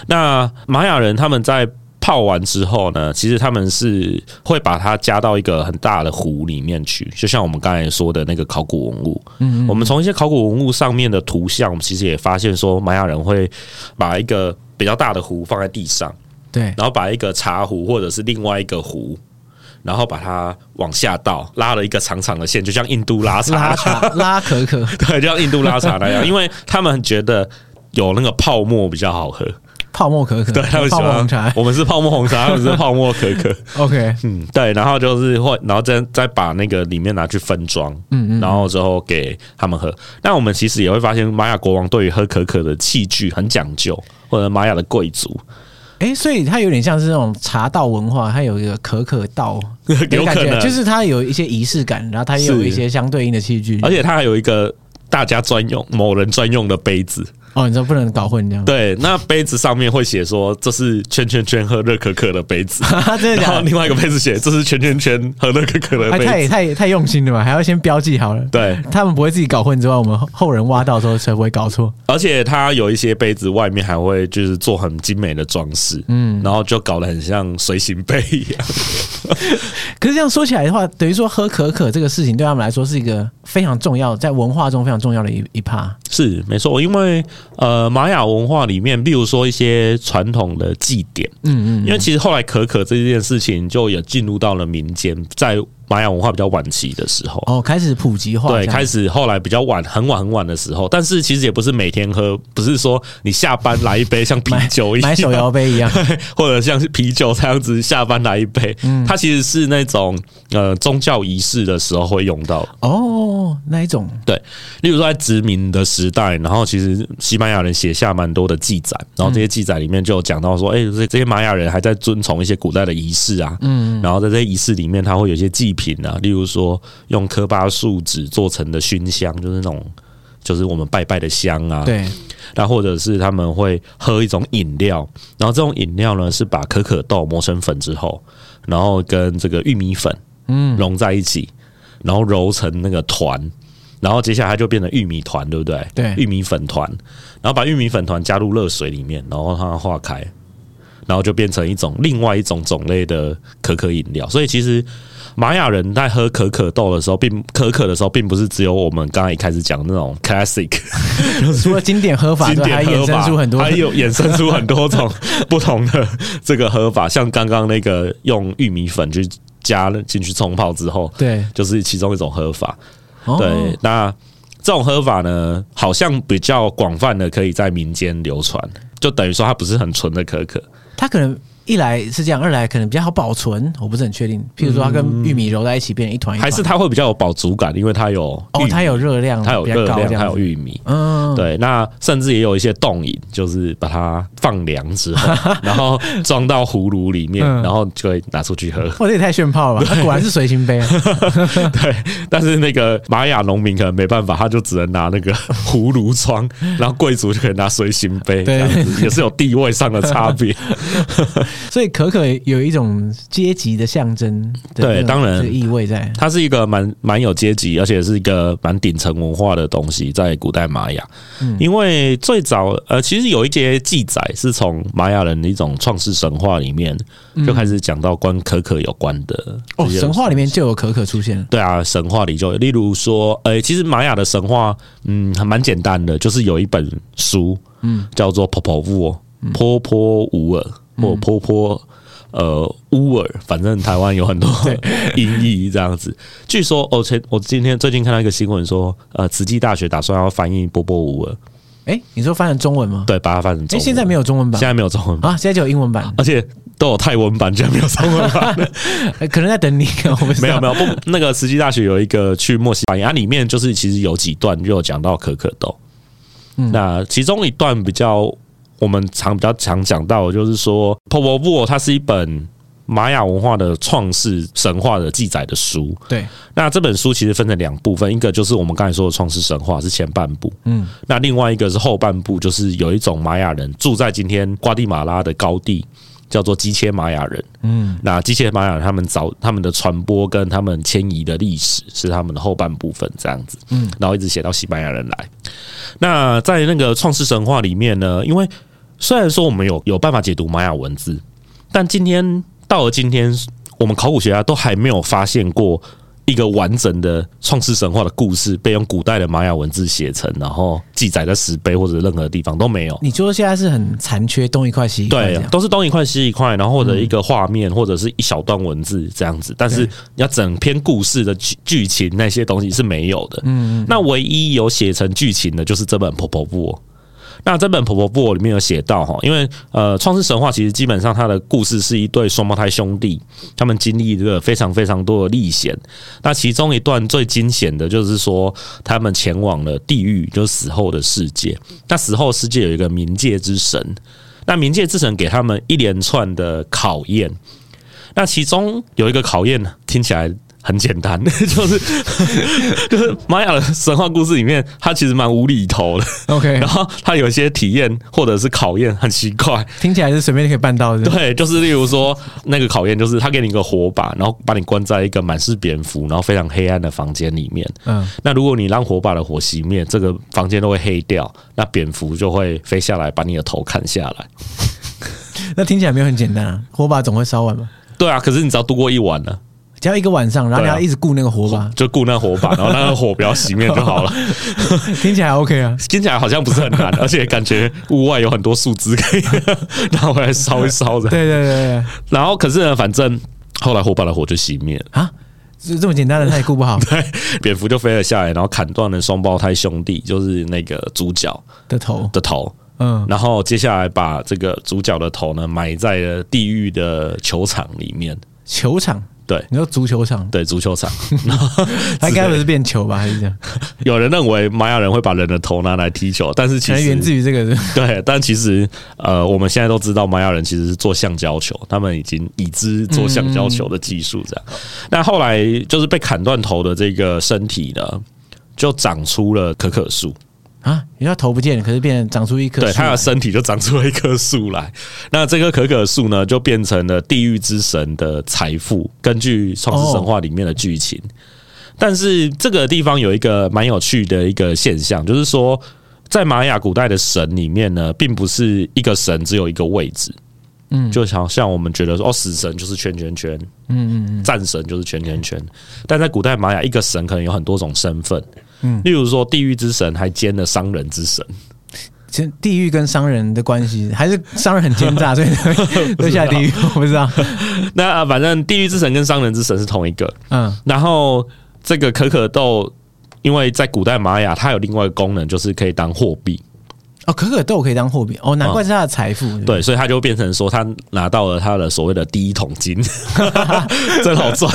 Speaker 2: 那玛雅人他们在泡完之后呢，其实他们是会把它加到一个很大的壶里面去，就像我们刚才说的那个考古文物。嗯我们从一些考古文物上面的图像，我们其实也发现说，玛雅人会把一个比较大的壶放在地上，
Speaker 1: 对，
Speaker 2: 然后把一个茶壶或者是另外一个壶。然后把它往下倒，拉了一个长长的线，就像印度拉茶
Speaker 1: 拉茶拉可可
Speaker 2: 对，就像印度拉茶那样，因为他们觉得有那个泡沫比较好喝，
Speaker 1: 泡沫可可，
Speaker 2: 对他们喜
Speaker 1: 泡沫
Speaker 2: 欢
Speaker 1: 红茶。
Speaker 2: 我们是泡沫红茶，他们是泡沫可可，
Speaker 1: OK，
Speaker 2: 嗯，对，然后就是会，然后再再把那个里面拿去分装，
Speaker 1: 嗯
Speaker 2: 嗯嗯，然后之后给他们喝。那我们其实也会发现，玛雅国王对于喝可可的器具很讲究，或者玛雅的贵族
Speaker 1: 哎、所以它有点像是那种茶道文化，它有一个可可道，
Speaker 2: 有
Speaker 1: 感
Speaker 2: 可
Speaker 1: 觉
Speaker 2: 能，
Speaker 1: 就是它有一些仪式感，然后它也有
Speaker 2: 是
Speaker 1: 一些相对应的器具，
Speaker 2: 而且它还有一个大家专用、某人专用的杯子，
Speaker 1: 哦，你知道不能搞混 这样，
Speaker 2: 对，那杯子上面会写说这是圈圈圈喝热可可的杯子，
Speaker 1: 真的
Speaker 2: 然
Speaker 1: 假
Speaker 2: 后
Speaker 1: 的？
Speaker 2: 另外一个杯子写这是圈圈圈喝热可可的
Speaker 1: 还啊太
Speaker 2: 杯子，
Speaker 1: 太太用心了吧？还要先标记好了，
Speaker 2: 对，
Speaker 1: 他们不会自己搞混之外，我们后后人挖到的时候才不会搞错。
Speaker 2: 而且它有一些杯子外面还会就是做很精美的装饰，嗯，然后就搞得很像随行杯一样，
Speaker 1: 可是这样说起来的话，等于说喝可可这个事情对他们来说是一个非常重要，在文化中非常重要的一一趴。
Speaker 2: 是没错，因为呃玛雅文化里面，比如说一些传统的祭典，
Speaker 1: 嗯嗯，
Speaker 2: 因为其实后来可可这件事情就也进入到了民间，在玛雅文化比较晚期的时候，
Speaker 1: 哦，开始普及化，
Speaker 2: 对，开
Speaker 1: 始，
Speaker 2: 始后来比较晚，很晚很晚的时候，但是其实也不是每天喝，不是说你下班来一杯像啤酒一样，
Speaker 1: 买手摇杯一样。
Speaker 2: 或者像是啤酒这样子下班来一杯，它其实是那种呃宗教仪式的时候会用到。
Speaker 1: 哦，那一种，
Speaker 2: 对，例如说在殖民的时代，然后其实西班牙人写下蛮多的记载，然后这些记载里面就有讲到说，哎、这这些玛雅人还在遵从一些古代的仪式啊，嗯，然后在这些仪式里面，他会有一些祭品啊，例如说用科巴树脂做成的熏香，就是那种就是我们拜拜的香啊，
Speaker 1: 对，
Speaker 2: 那或者是他们会喝一种饮料，然后这种饮料呢是把可可豆磨成粉之后，然后跟这个玉米粉嗯融在一起，然后揉成那个团，然后接下来它就变成玉米团，对不对？
Speaker 1: 对
Speaker 2: 玉米粉团，然后把玉米粉团加入热水里面，然后让它化开。然后就变成一种另外一种种类的可可饮料，所以其实玛雅人在喝可可豆的时候，并可可的时候，并不是只有我们刚刚一开始讲的那种 classic，
Speaker 1: 除了经典 喝法之
Speaker 2: 经
Speaker 1: 外，
Speaker 2: 典
Speaker 1: 还衍
Speaker 2: 喝
Speaker 1: 生
Speaker 2: 法，哎
Speaker 1: 出很多
Speaker 2: 还有衍生出很多 种不同的这个喝法，像刚刚那个用玉米粉去加了进去冲泡之后，
Speaker 1: 对
Speaker 2: 就是其中一种喝法。
Speaker 1: 哦
Speaker 2: 对，那这种喝法呢，好像比较广泛的可以在民间流传，就等于说它不是很纯的可可。
Speaker 1: 它可能一来是这样，二来可能比较好保存，我不是很确定。譬如说，它跟玉米揉在一起变成一团一团，
Speaker 2: 还是它会比较有饱足感，因为它有
Speaker 1: 哦，它
Speaker 2: 有
Speaker 1: 有热量，
Speaker 2: 它有
Speaker 1: 比较
Speaker 2: 热
Speaker 1: 高
Speaker 2: 量，
Speaker 1: 这样
Speaker 2: 它有
Speaker 1: 子
Speaker 2: 玉米。
Speaker 1: 嗯，
Speaker 2: 对，那甚至也有一些冻饮，就是把它放凉之 后，然后装到葫芦里面，
Speaker 1: 嗯
Speaker 2: 然后就会拿出去喝。
Speaker 1: 哇，这也太炫炮了吧！它果然是随行杯啊，
Speaker 2: 对，但是那个玛雅农民可能没办法，他就只能拿那个 葫芦装，然后贵族就可以拿随行杯，这
Speaker 1: 对
Speaker 2: 样子也是有地位上的差别。
Speaker 1: 所以可可有一种阶级的象征的
Speaker 2: 对
Speaker 1: 那种
Speaker 2: 当然
Speaker 1: 这个意味在。
Speaker 2: 它是一个蛮蛮有阶级，而且是一个蛮顶层文化的东西，在古代玛雅。
Speaker 1: 嗯
Speaker 2: 因为最早呃，其实有一些记载是从玛雅人的一种创世神话里面就开始讲到关可可有关的
Speaker 1: 嗯哦，
Speaker 2: 这些
Speaker 1: 神话里面就有可可出现了。
Speaker 2: 对啊，神话里就有例如说，呃、其实玛雅的神话，嗯，还蛮简单的，就是有一本书，嗯，叫做《婆婆乌》
Speaker 1: 嗯
Speaker 2: 波波乌尔或波波呃乌尔，反正台湾有很多 音译这样子。据说，哦，前我今天最近看到一个新闻说，呃，慈济大学打算要翻译波波乌尔，
Speaker 1: 哎，你说翻成中文吗？
Speaker 2: 对，把它翻成中
Speaker 1: 哎，
Speaker 2: 文。
Speaker 1: 现在没有中文版
Speaker 2: 现在没有中文版，
Speaker 1: 啊，现在就有英文 版，
Speaker 2: 而且都有泰文版，居然没有中文版。
Speaker 1: 哎可能在等你，我不知道
Speaker 2: 没有没有不，那个慈济大学有一个去墨西班牙，里面就是其实有几段就有讲到可可豆。那其中一段比较我们常比较常讲到，就是说《p o p o v o 它是一本玛雅文化的创世神话的记载的书。
Speaker 1: 对，
Speaker 2: 那这本书其实分成两部分，一个就是我们刚才说的创世神话是前半部，
Speaker 1: 嗯，
Speaker 2: 那另外一个是后半部，就是有一种玛雅人住在今天瓜地马拉的高地，叫做基切玛雅人。嗯，那基切玛雅人他们早他们的传播跟他们迁移的历史是他们的后半部分这样子。嗯，然后一直写到西班牙人来。那在那个创世神话里面呢，因为虽然说我们有有办法解读玛雅文字，但今天到了今天，我们考古学家都还没有发现过一个完整的创世神话的故事被用古代的玛雅文字写成，然后记载在石碑或者任何地方都没有。
Speaker 1: 你说现在是很残缺，东一块西一块
Speaker 2: 对啊
Speaker 1: 这，样，
Speaker 2: 都是东一块西一块，然后或者一个画面，或者是一小段文字这样子。但是你要整篇故事的剧剧情那些东西是没有的。嗯，那唯一有写成剧情的就是这本《婆婆布》。那这本《婆婆布》里面有写到哈，因为呃，《创世神话》其实基本上它的故事是一对双胞胎兄弟，他们经历这个非常非常多的历险。那其中一段最惊险的就是说，他们前往了地狱，就是死后的世界。那死后世界有一个冥界之神，那冥界之神给他们一连串的考验。那其中有一个考验呢，听起来很简单， 就是就是玛雅的神话故事里面，它其实蛮无厘头的。
Speaker 1: OK，
Speaker 2: 然后它有些体验或者是考验很奇怪，
Speaker 1: 听起来是随便可以办到的。
Speaker 2: 对，就是例如说那个考验就是他给你一个火把，然后把你关在一个满是蝙蝠，然后非常黑暗的房间里面。
Speaker 1: 嗯，
Speaker 2: 那如果你让火把的火熄灭，这个房间都会黑掉，那蝙蝠就会飞下来把你的头砍下来。
Speaker 1: 那听起来没有很简单啊，火把总会烧完嘛，
Speaker 2: 对啊，可是你只要度过一晚呢，
Speaker 1: 只要一个晚上，然后你
Speaker 2: 对啊
Speaker 1: 要一直顾那个火 把，
Speaker 2: 就顾那火把，然后让那个火不要熄灭就 好了。
Speaker 1: 听起来 OK 啊。
Speaker 2: 听起来好像不是很难，而且感觉屋外有很多树枝可以 拿回来烧一烧的。
Speaker 1: 对对对对对
Speaker 2: 然后可是呢，反正后来火把的火就熄 灭了。
Speaker 1: 啊，这这么简单的他也顾不 好
Speaker 2: 蝙蝠就飞了下来，然后砍断了双胞胎兄弟，就是那个主角
Speaker 1: 的头，
Speaker 2: 的头，
Speaker 1: 嗯，
Speaker 2: 然后接下来把这个主角的头呢埋在了地狱的球场里面，
Speaker 1: 球场，
Speaker 2: 对
Speaker 1: 你说足球场，
Speaker 2: 对，足球场。然后
Speaker 1: 他该不是变球吧，还是这样？
Speaker 2: 有人认为玛雅人会把人的头拿来踢球，但是
Speaker 1: 可
Speaker 2: 其
Speaker 1: 能
Speaker 2: 实
Speaker 1: 源自于这个 是
Speaker 2: 对，但其实呃，我们现在都知道玛雅人其实是做橡胶球，他们已经已知做橡胶球的技术这样。那后来就是被砍断头的这个身体呢，就长出了可可树。
Speaker 1: 啊，你说头不见了，可是变成长出一棵
Speaker 2: 对，
Speaker 1: 树来，
Speaker 2: 它的身体就长出了一棵树来。那这棵可可树呢，就变成了地狱之神的财富，根据《创世神话》里面的剧情。但是这个地方有一个蛮有趣的一个现象，就是说，在玛雅古代的神里面呢，并不是一个神只有一个位置。嗯，就像像我们觉得说，哦，死神就是圈圈圈，嗯嗯嗯，战神就是圈圈圈。但在古代玛雅，一个神可能有很多种身份，嗯，例如说地狱之神还兼了商人之神，
Speaker 1: 其实地狱跟商人的关系，还是商人很奸诈，所以才 会都下地狱。我不知道，
Speaker 2: 那、啊反正地狱之神跟商人之神是同一个。
Speaker 1: 嗯，
Speaker 2: 然后这个可可豆，因为在古代玛雅，它有另外一个功能，就是可以当货币。
Speaker 1: 哦，可可豆可以当货币，哦，难怪是他的财富。是不是，
Speaker 2: 嗯对，所以它就变成说，它拿到了它的所谓的第一桶金，真好赚，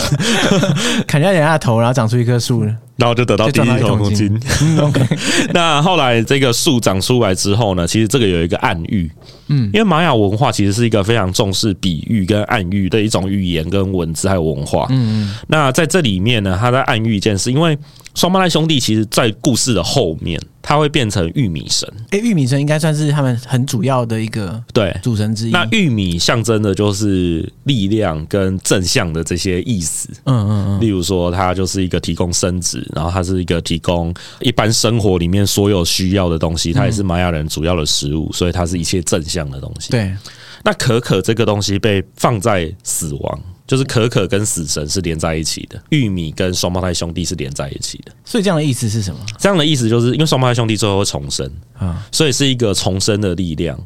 Speaker 1: 砍掉人家的头，然后长出一棵树了。
Speaker 2: 然后就得到
Speaker 1: 就
Speaker 2: 第
Speaker 1: 赚到一桶
Speaker 2: 桶金
Speaker 1: 金。 嗯，OK，
Speaker 2: 那后来这个树长出来之后呢，其实这个有一个暗喻，嗯，因为玛雅文化其实是一个非常重视比喻跟暗喻的一种语言跟文字还有文化，嗯嗯。那在这里面呢，他在暗喻一件事，因为双胞胎兄弟其实在故事的后面，他会变成玉米神，
Speaker 1: 哎，玉米神应该算是他们很主要的一个
Speaker 2: 对。
Speaker 1: 主神之一。嗯
Speaker 2: 那玉米象征的就是力量跟正向的这些意思，
Speaker 1: 嗯嗯
Speaker 2: 例如说，它就是一个提供生殖，然后它是一个提供一般生活里面所有需要的东西，它也是玛雅人主要的食物，所以它是一切正向的东西。
Speaker 1: 嗯，，对，
Speaker 2: 那可可这个东西被放在死亡，就是可可跟死神是连在一起的，玉米跟双胞胎兄弟是连在一起的。
Speaker 1: 所以这样的意思是什么？
Speaker 2: 这样的意思就是因为双胞胎兄弟最后会重生，
Speaker 1: 啊，
Speaker 2: 所以是一个重生的力量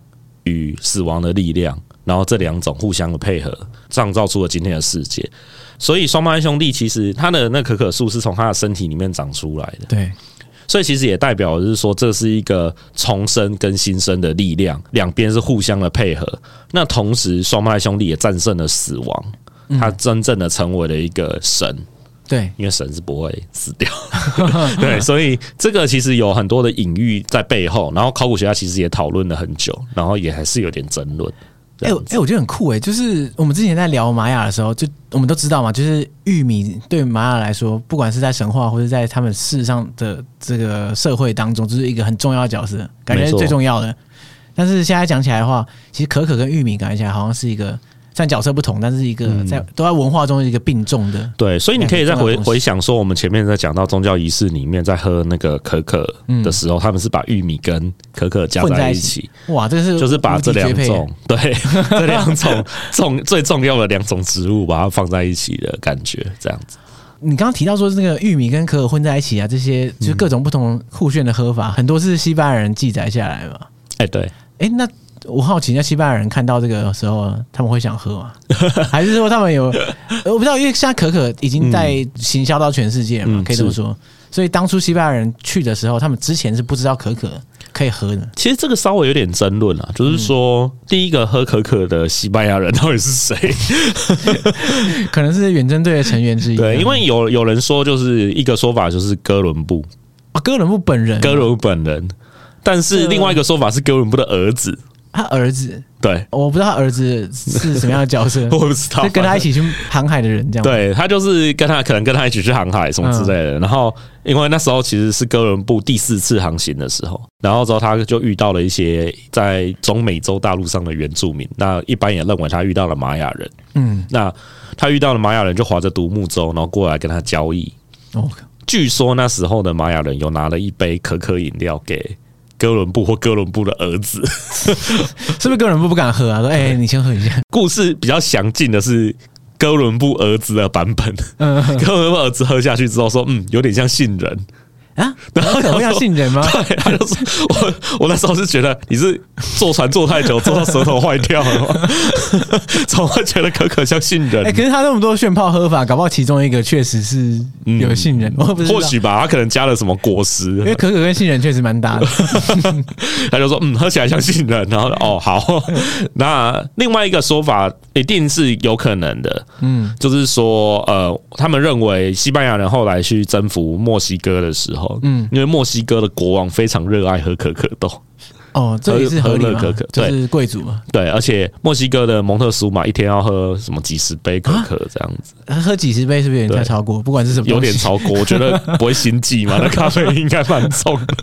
Speaker 2: 与死亡的力量，然后这两种互相的配合，创造出了今天的世界。所以双胞胎兄弟其实他的那可可树是从他的身体里面长出来的，
Speaker 1: 对，
Speaker 2: 所以其实也代表就是说这是一个重生跟新生的力量，两边是互相的配合。那同时，双胞胎兄弟也战胜了死亡，他真正的成为了一个神。
Speaker 1: 对，
Speaker 2: 因为神是不会死掉， 对，所以这个其实有很多的隐喻在背后，然后考古学家其实也讨论了很久，然后也还是有点争论。这
Speaker 1: 哎、
Speaker 2: 样
Speaker 1: 我哎、我觉得很酷哎、就是我们之前在聊玛雅的时候，就我们都知道嘛，就是玉米对玛雅来说，不管是在神话或者在他们世上的这个社会当中，就是一个很重要的角色，感觉
Speaker 2: 没
Speaker 1: 是
Speaker 2: 错
Speaker 1: 最重要的。但是现在讲起来的话，其实可可跟玉米感觉起来好像是一个虽然角色不同，但是一个
Speaker 2: 嗯
Speaker 1: 在、都在文化中是一个并重的。
Speaker 2: 对，所以你可以再
Speaker 1: 两个重
Speaker 2: 回
Speaker 1: 要的东西
Speaker 2: 回想说，我们前面在讲到宗教仪式里面，在喝那个可可的时候，他们是把玉米跟可可加
Speaker 1: 嗯混在
Speaker 2: 在
Speaker 1: 一
Speaker 2: 一
Speaker 1: 起
Speaker 2: 起，
Speaker 1: 哇，这是
Speaker 2: 就是把这
Speaker 1: 无敌
Speaker 2: 两
Speaker 1: 绝配
Speaker 2: 种对 这两种重 最重要的两种植物把它放在一起的感觉，这样子。
Speaker 1: 你刚刚提到说那个玉米跟可可混在一起啊，这些
Speaker 2: 嗯
Speaker 1: 就是各种不同酷炫的喝法，很多是西班牙人记载下来嘛。
Speaker 2: 哎、对，
Speaker 1: 哎、那我好奇，那西班牙人看到这个时候，他们会想喝 吗？还是说他们有？呃我不知道，因为现在可可已经在行销到全世界了嘛，
Speaker 2: 嗯
Speaker 1: 可以这么说。所以当初西班牙人去的时候，他们之前是不知道可可可以喝的。
Speaker 2: 其实这个稍微有点争论啊，就是说，第一个喝可可的西班牙人到底是 谁？
Speaker 1: 可能是远征队的成员之一。啊
Speaker 2: 对，因为有有人说，就是一个说法就是哥伦布，
Speaker 1: 啊哥伦布本人，
Speaker 2: 哥伦布本人，但是
Speaker 1: 嗯
Speaker 2: 另外一个说法是哥伦布的儿子。
Speaker 1: 他儿子，
Speaker 2: 对，，
Speaker 1: 我不知道他儿子是什么样的角 色
Speaker 2: 我不知道，
Speaker 1: 是跟他一
Speaker 2: 起。
Speaker 1: 起去航海的人这样。，
Speaker 2: 对他就是跟他可能跟他一起去航海什么之类
Speaker 1: 嗯
Speaker 2: 的，然后因为那时候其实是哥伦布第四次航行的时候，然后之后他就遇到了一些在中美洲大陆上的原住民，那一般也认为他遇到了玛雅人，
Speaker 1: 嗯，
Speaker 2: 那他遇到了玛雅人就划着独木舟，然后过来跟他交易，
Speaker 1: 哦，
Speaker 2: 据说那时候的玛雅人有拿了一杯可可饮料给哥伦布或哥伦布的儿子。
Speaker 1: 是不是哥伦布不敢喝啊？说，哎、你先喝一下。
Speaker 2: 故事比较详尽的是哥伦布儿子的版 本。
Speaker 1: 嗯
Speaker 2: 哥伦布儿子喝下去之后说：“嗯，有点像杏仁。
Speaker 1: 啊，
Speaker 2: 然后
Speaker 1: 可可会像杏 仁吗？
Speaker 2: 对，他就说：“我我那时候是觉得你是坐船坐太久，坐到舌头坏掉了吗， 总会觉得可可像杏仁。
Speaker 1: 哎、可是他那么多炫炮喝法，搞不好其中一个确实是有杏仁，我不知道
Speaker 2: 嗯或许吧，他可能加了什么果实，
Speaker 1: 因为可可跟杏仁确实蛮搭 的。
Speaker 2: 他就说嗯，喝起来像杏仁， 然后哦好。 那另外一个说法一定是有可能的，嗯，就是说呃，他们认为西班牙人后来去征服墨西哥的时候，嗯，因为墨西哥的国王非常热爱喝可可豆，
Speaker 1: 哦，这也是合理
Speaker 2: 乐
Speaker 1: 嘛
Speaker 2: 可可，
Speaker 1: 就
Speaker 2: 对
Speaker 1: 是贵族嘛，
Speaker 2: 对，而且墨西哥的蒙特苏嘛，一天要喝什么几十杯可可这样子，
Speaker 1: 喝几十杯是不是啊有点太
Speaker 2: 对
Speaker 1: 超过？不管是什么东西，
Speaker 2: 有点超过，我觉得不会心悸 嘛，那咖啡因应该蛮重的，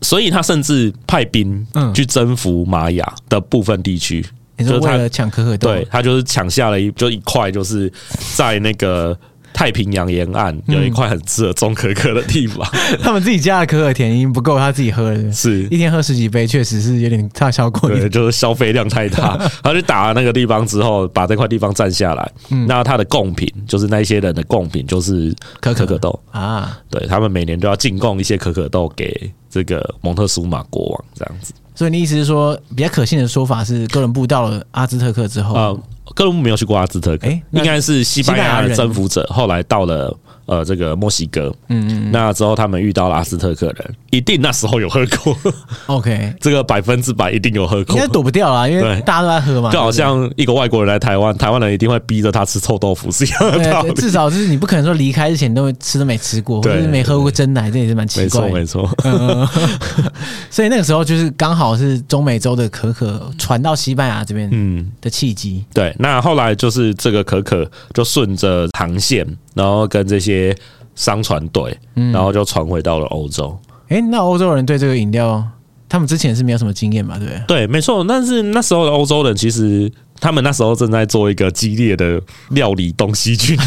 Speaker 2: 所以他甚至派兵
Speaker 1: 嗯
Speaker 2: 去征服玛雅的部分地区，
Speaker 1: 你说
Speaker 2: 就是
Speaker 1: 为
Speaker 2: 他
Speaker 1: 了抢可可豆，
Speaker 2: 对他就是抢下了一就一块，就是在那个太平洋沿岸有一块很适合种可可的地方，
Speaker 1: 他们自己家的可可甜已经不够他自己喝了，
Speaker 2: 是
Speaker 1: 一天喝十几杯，确实是有点太超过你
Speaker 2: 对，就是消费量太 大。他去打那个地方之后，把这块地方占下来，那他的贡品就是那一些人的贡品就是
Speaker 1: 可可
Speaker 2: 可可豆，
Speaker 1: 啊。
Speaker 2: 对他们每年都要进贡一些可可豆给这个蒙特苏马国王这样子。
Speaker 1: 所以你意思是说，比较可信的说法是，哥伦布到了阿兹特克之后，
Speaker 2: 呃，哥伦布没有去过阿兹特克，
Speaker 1: 诶那
Speaker 2: 应该是西班牙
Speaker 1: 西班牙
Speaker 2: 的
Speaker 1: 人
Speaker 2: 征服者，后来到了呃这个墨西哥，嗯嗯，那之后他们遇到了阿兹特克人，一定那时候有喝过，
Speaker 1: OK，
Speaker 2: 这个百分之百一定有喝
Speaker 1: 应
Speaker 2: 过
Speaker 1: 该。躲不掉啦，因为
Speaker 2: 对
Speaker 1: 大家都在喝嘛，
Speaker 2: 就好像一个外国人来台湾，台湾人一定会逼着他吃臭豆腐是一样
Speaker 1: 对
Speaker 2: 的道
Speaker 1: 不对
Speaker 2: 理
Speaker 1: 对，。至少就是你不可能说离开之前都会吃都没吃过，或
Speaker 2: 对
Speaker 1: 者是没喝过真奶，这也是蛮奇
Speaker 2: 没错，
Speaker 1: 怪的
Speaker 2: 没。错，
Speaker 1: 嗯， 所以那个时候就是刚好是中美洲的可可传到西班牙这边
Speaker 2: 嗯，
Speaker 1: 的契机。
Speaker 2: 对。那后来就是这个可可就顺着航线，然后跟这些商船队，
Speaker 1: 嗯
Speaker 2: 然后就传回到了欧洲。
Speaker 1: 诶，那欧洲人对这个饮料，他们之前是没有什么经验嘛，对不对？
Speaker 2: 对，没错。但是那时候的欧洲人其实。他们那时候正在做一个激烈的料理东西军，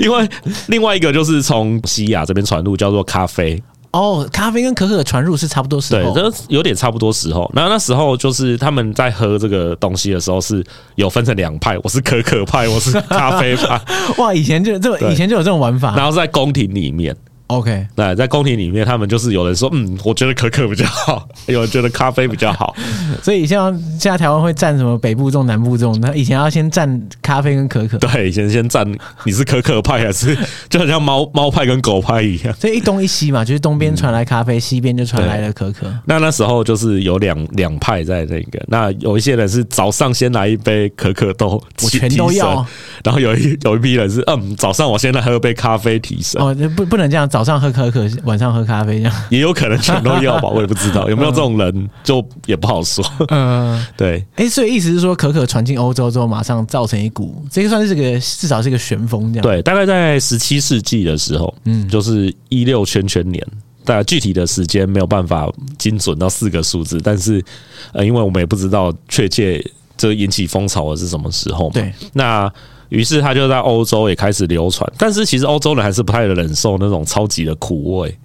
Speaker 2: 因为另外一个就是从西亚这边传入叫做咖啡，
Speaker 1: 哦，咖啡跟可可的传入是差不多时
Speaker 2: 对，
Speaker 1: 候。
Speaker 2: 这有点差不多时候。那那时候就是他们在喝这个东西的时候是有分成两派，我是可可派，我是咖啡派，
Speaker 1: 哇，以前就这
Speaker 2: 对
Speaker 1: 以前就有这种玩法。
Speaker 2: 然后在宫廷里面。
Speaker 1: OK，
Speaker 2: 对，在宫廷里面，他们就是有人说，嗯，我觉得可可比较好，有人觉得咖啡比较好，
Speaker 1: 所以像现在台湾会占什么北部粽、南部粽，那以前要先占咖啡跟可可，
Speaker 2: 对，先先站，你是可可派还是 就很像猫猫派跟狗派一样？
Speaker 1: 所以一东一西嘛，就是东边传来咖
Speaker 2: 嗯
Speaker 1: 啡，西边就传来了可可。
Speaker 2: 那那时候就是有两两派在那个，那有一些人是早上先来一杯可可豆，
Speaker 1: 我
Speaker 2: 提
Speaker 1: 全都要，
Speaker 2: 提神然后有一有一批人是嗯，早上我先来喝杯咖啡提神，
Speaker 1: 哦，那不不能这样，早上喝可可，晚上喝咖啡这样。
Speaker 2: 也有可能全都要吧，我也不知道有没有这种人，就也不好说。
Speaker 1: 嗯，
Speaker 2: 对，
Speaker 1: 哎、所以意思是说，可可传进欧洲之后，马上造成一股，这个算是个至少是个旋风这样。，
Speaker 2: 对，大概在十七世纪的时候，嗯，就是一六圈圈年。但具体的时间没有办法精准到四个数字，但是呃，因为我们也不知道确切这引起风潮的是什么时候嘛。
Speaker 1: 对，
Speaker 2: 那于是他就在欧洲也开始流传，但是其实欧洲人还是不太忍受那种超级的苦味。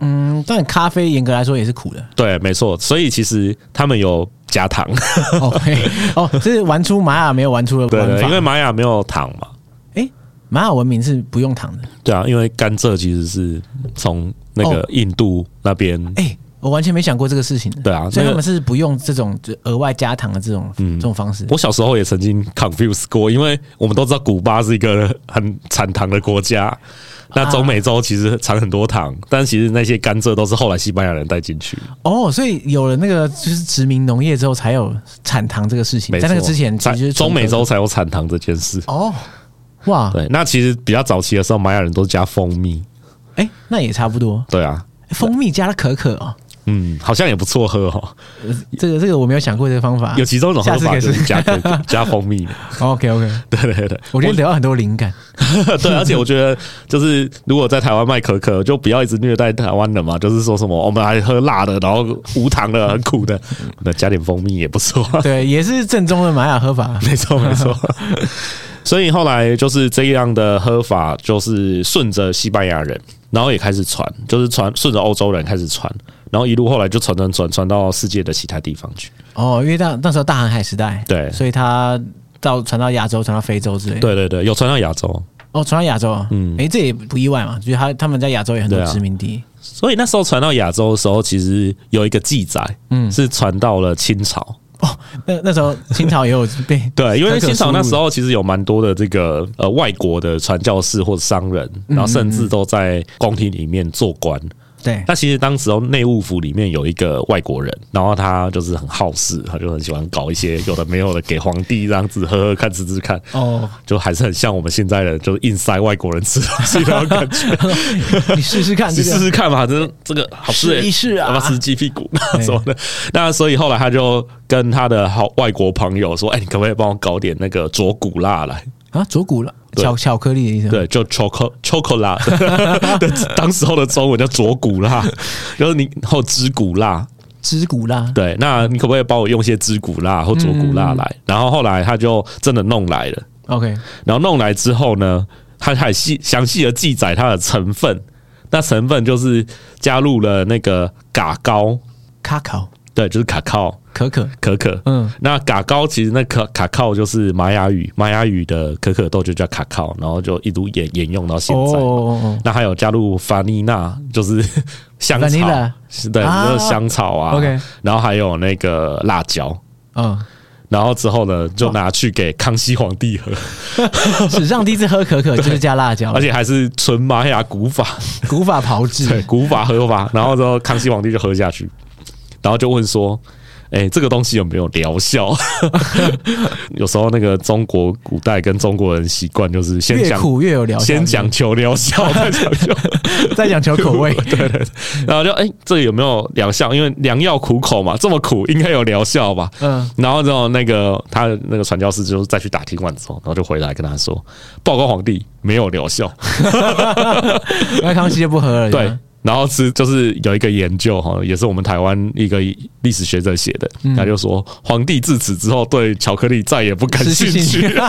Speaker 1: 嗯，但咖啡严格来说也是苦 的。
Speaker 2: 对，没错，所以其实他们有加糖，
Speaker 1: OK，哦，这是玩出玛雅没有玩出的
Speaker 2: 对
Speaker 1: 玩
Speaker 2: 对，
Speaker 1: 法，
Speaker 2: 因为玛雅没有糖嘛。
Speaker 1: 哎、玛雅文明是不用糖的。
Speaker 2: 对啊，因为甘蔗其实是从那个
Speaker 1: 哦
Speaker 2: 印度那边，
Speaker 1: 哎、我完全没想过这个事情。
Speaker 2: 对啊
Speaker 1: 所以
Speaker 2: 那个嗯
Speaker 1: 他们是不用这种就额外加糖的这种、这种方式。
Speaker 2: 我小时候也曾经 confuse 过，因为我们都知道古巴是一个很产糖的国家，那中美洲其实产很多糖，但其实那些甘蔗都是后来西班牙人带进去。
Speaker 1: 哦，所以有了那个就是殖民农业之后，才有产糖这个事情。
Speaker 2: 没
Speaker 1: 在那个
Speaker 2: 错
Speaker 1: 之前，其
Speaker 2: 在
Speaker 1: 实就是
Speaker 2: 中美
Speaker 1: 纯
Speaker 2: 洲才有产糖这件事。
Speaker 1: 可可哦，哇，
Speaker 2: 对，那其实比较早期的时候，玛雅人都加蜂蜜。
Speaker 1: 哎、那也差不多。哎
Speaker 2: 对啊，
Speaker 1: 蜂蜜加了可可哦，
Speaker 2: 嗯，好像也不错喝哦。
Speaker 1: 这个这个我没有想过这个方法。
Speaker 2: 有其中一种喝
Speaker 1: 下次可
Speaker 2: 法
Speaker 1: 以
Speaker 2: 就是
Speaker 1: 试
Speaker 2: 加可可加 蜂蜜。
Speaker 1: OK OK，
Speaker 2: 对对对，
Speaker 1: 我觉得聊到很多灵 感。
Speaker 2: 对，而且我觉得就是如果在台湾卖可可，就不要一直虐待台湾人嘛，就是说什么哦我们还喝辣的，然后无糖的、很苦的，那加点蜂蜜也不错。
Speaker 1: 对，也是正宗的玛雅喝法。
Speaker 2: 没错，没错。 所以后来就是这样的喝法，就是顺着西班牙人，然后也开始传，就是传顺着欧洲人开始传，然后一路后来就传传传传到世界的其他地方去。
Speaker 1: 哦，因为那那时候大航海时代，
Speaker 2: 对
Speaker 1: 所以它到传到亚洲，传到非洲之类。，
Speaker 2: 对对对，有传到亚洲，
Speaker 1: 哦，传到亚洲，嗯，哎，这也不意外嘛，就是他他们在亚洲有很多
Speaker 2: 对啊
Speaker 1: 殖民地。
Speaker 2: 所以那时候传到亚洲的时候，其实有一个记载，嗯，是传到了清朝。
Speaker 1: 哦，那那时候清朝也有被
Speaker 2: 对，因为
Speaker 1: 可可
Speaker 2: 清朝那
Speaker 1: 输入
Speaker 2: 时候其实有蛮多的这个呃嗯外国的传教士或者商人，然后甚至都在宫廷里面做官。
Speaker 1: 对
Speaker 2: 那其实当时候内务府里面有一个外国人，然后他就是很好事，他就很喜欢搞一些有的没有的给皇帝这样子喝喝看吃吃看，
Speaker 1: 哦，
Speaker 2: 就还是很像我们现在的，就是硬塞外国人吃东西那种感觉。
Speaker 1: 你试试 看
Speaker 2: 你
Speaker 1: 这
Speaker 2: 试
Speaker 1: 个，
Speaker 2: 试看嘛，真的这个好吃、欸，
Speaker 1: 试一试啊哎
Speaker 2: 要不要吃鸡屁 股什么的。那所以后来他就跟他的好外国朋友说：“哎、你可不可以帮我搞点那个佐古辣来？”
Speaker 1: 啊，左骨了，
Speaker 2: 对
Speaker 1: 巧巧克力的意思吗，
Speaker 2: 对，就 choco chocolate 对，当时候的中文叫佐古辣，就是你后芝古辣。
Speaker 1: 芝骨啦，
Speaker 2: 对，那你可不可以帮我用些芝古辣或佐古辣
Speaker 1: 嗯
Speaker 2: 来？然后后来他就真的弄来了，
Speaker 1: ，OK，
Speaker 2: 然后弄来之后呢，他还细详细的记载它的成分。那成分就是加入了那个嘎膏，
Speaker 1: 卡考
Speaker 2: 对，就是卡靠
Speaker 1: 可可，
Speaker 2: 可可。
Speaker 1: 嗯，
Speaker 2: 那嘎高其实那可卡靠就是玛雅语，玛雅语的可可豆就叫卡靠，然后就一路沿沿用到现
Speaker 1: 哦
Speaker 2: 在。
Speaker 1: 哦
Speaker 2: 那还有加入法尼娜，就是 香草
Speaker 1: Vanilla
Speaker 2: 是对，
Speaker 1: 啊
Speaker 2: 就是香草啊。
Speaker 1: OK
Speaker 2: 然后还有那个辣椒，嗯
Speaker 1: 哦，
Speaker 2: 然后之后呢就拿去给康熙皇帝喝，
Speaker 1: 嗯，史上第一次喝可可就是加辣 椒
Speaker 2: 而，且还是纯玛雅古法，
Speaker 1: 古法炮
Speaker 2: 对，
Speaker 1: 制，
Speaker 2: 古法喝法。然后之后康熙皇帝就喝下去，然后就问说。哎、这个东西有没有疗效？ 有时候那个中国古代跟中国人习惯就是先
Speaker 1: 越
Speaker 2: 讲
Speaker 1: 苦越有疗效，
Speaker 2: 先讲求疗效，再讲究。
Speaker 1: 再讲 求口味，
Speaker 2: 对对，对然后就哎、这个有没有疗效？因为良药苦口嘛，这么苦应该有疗效吧。
Speaker 1: 嗯，
Speaker 2: 然后之后那个他的那个传教士就是再去打听完之后，然后就回来跟他说，报告皇帝没有疗效。
Speaker 1: 那康熙就不喝了，这
Speaker 2: 对
Speaker 1: 样，，
Speaker 2: 然后是就是有一个研究哈，也是我们台湾一个历史学者写的，他就说皇帝自此之后对巧克力再也不感
Speaker 1: 失
Speaker 2: 兴
Speaker 1: 去 兴
Speaker 2: 趣
Speaker 1: 趣
Speaker 2: 了。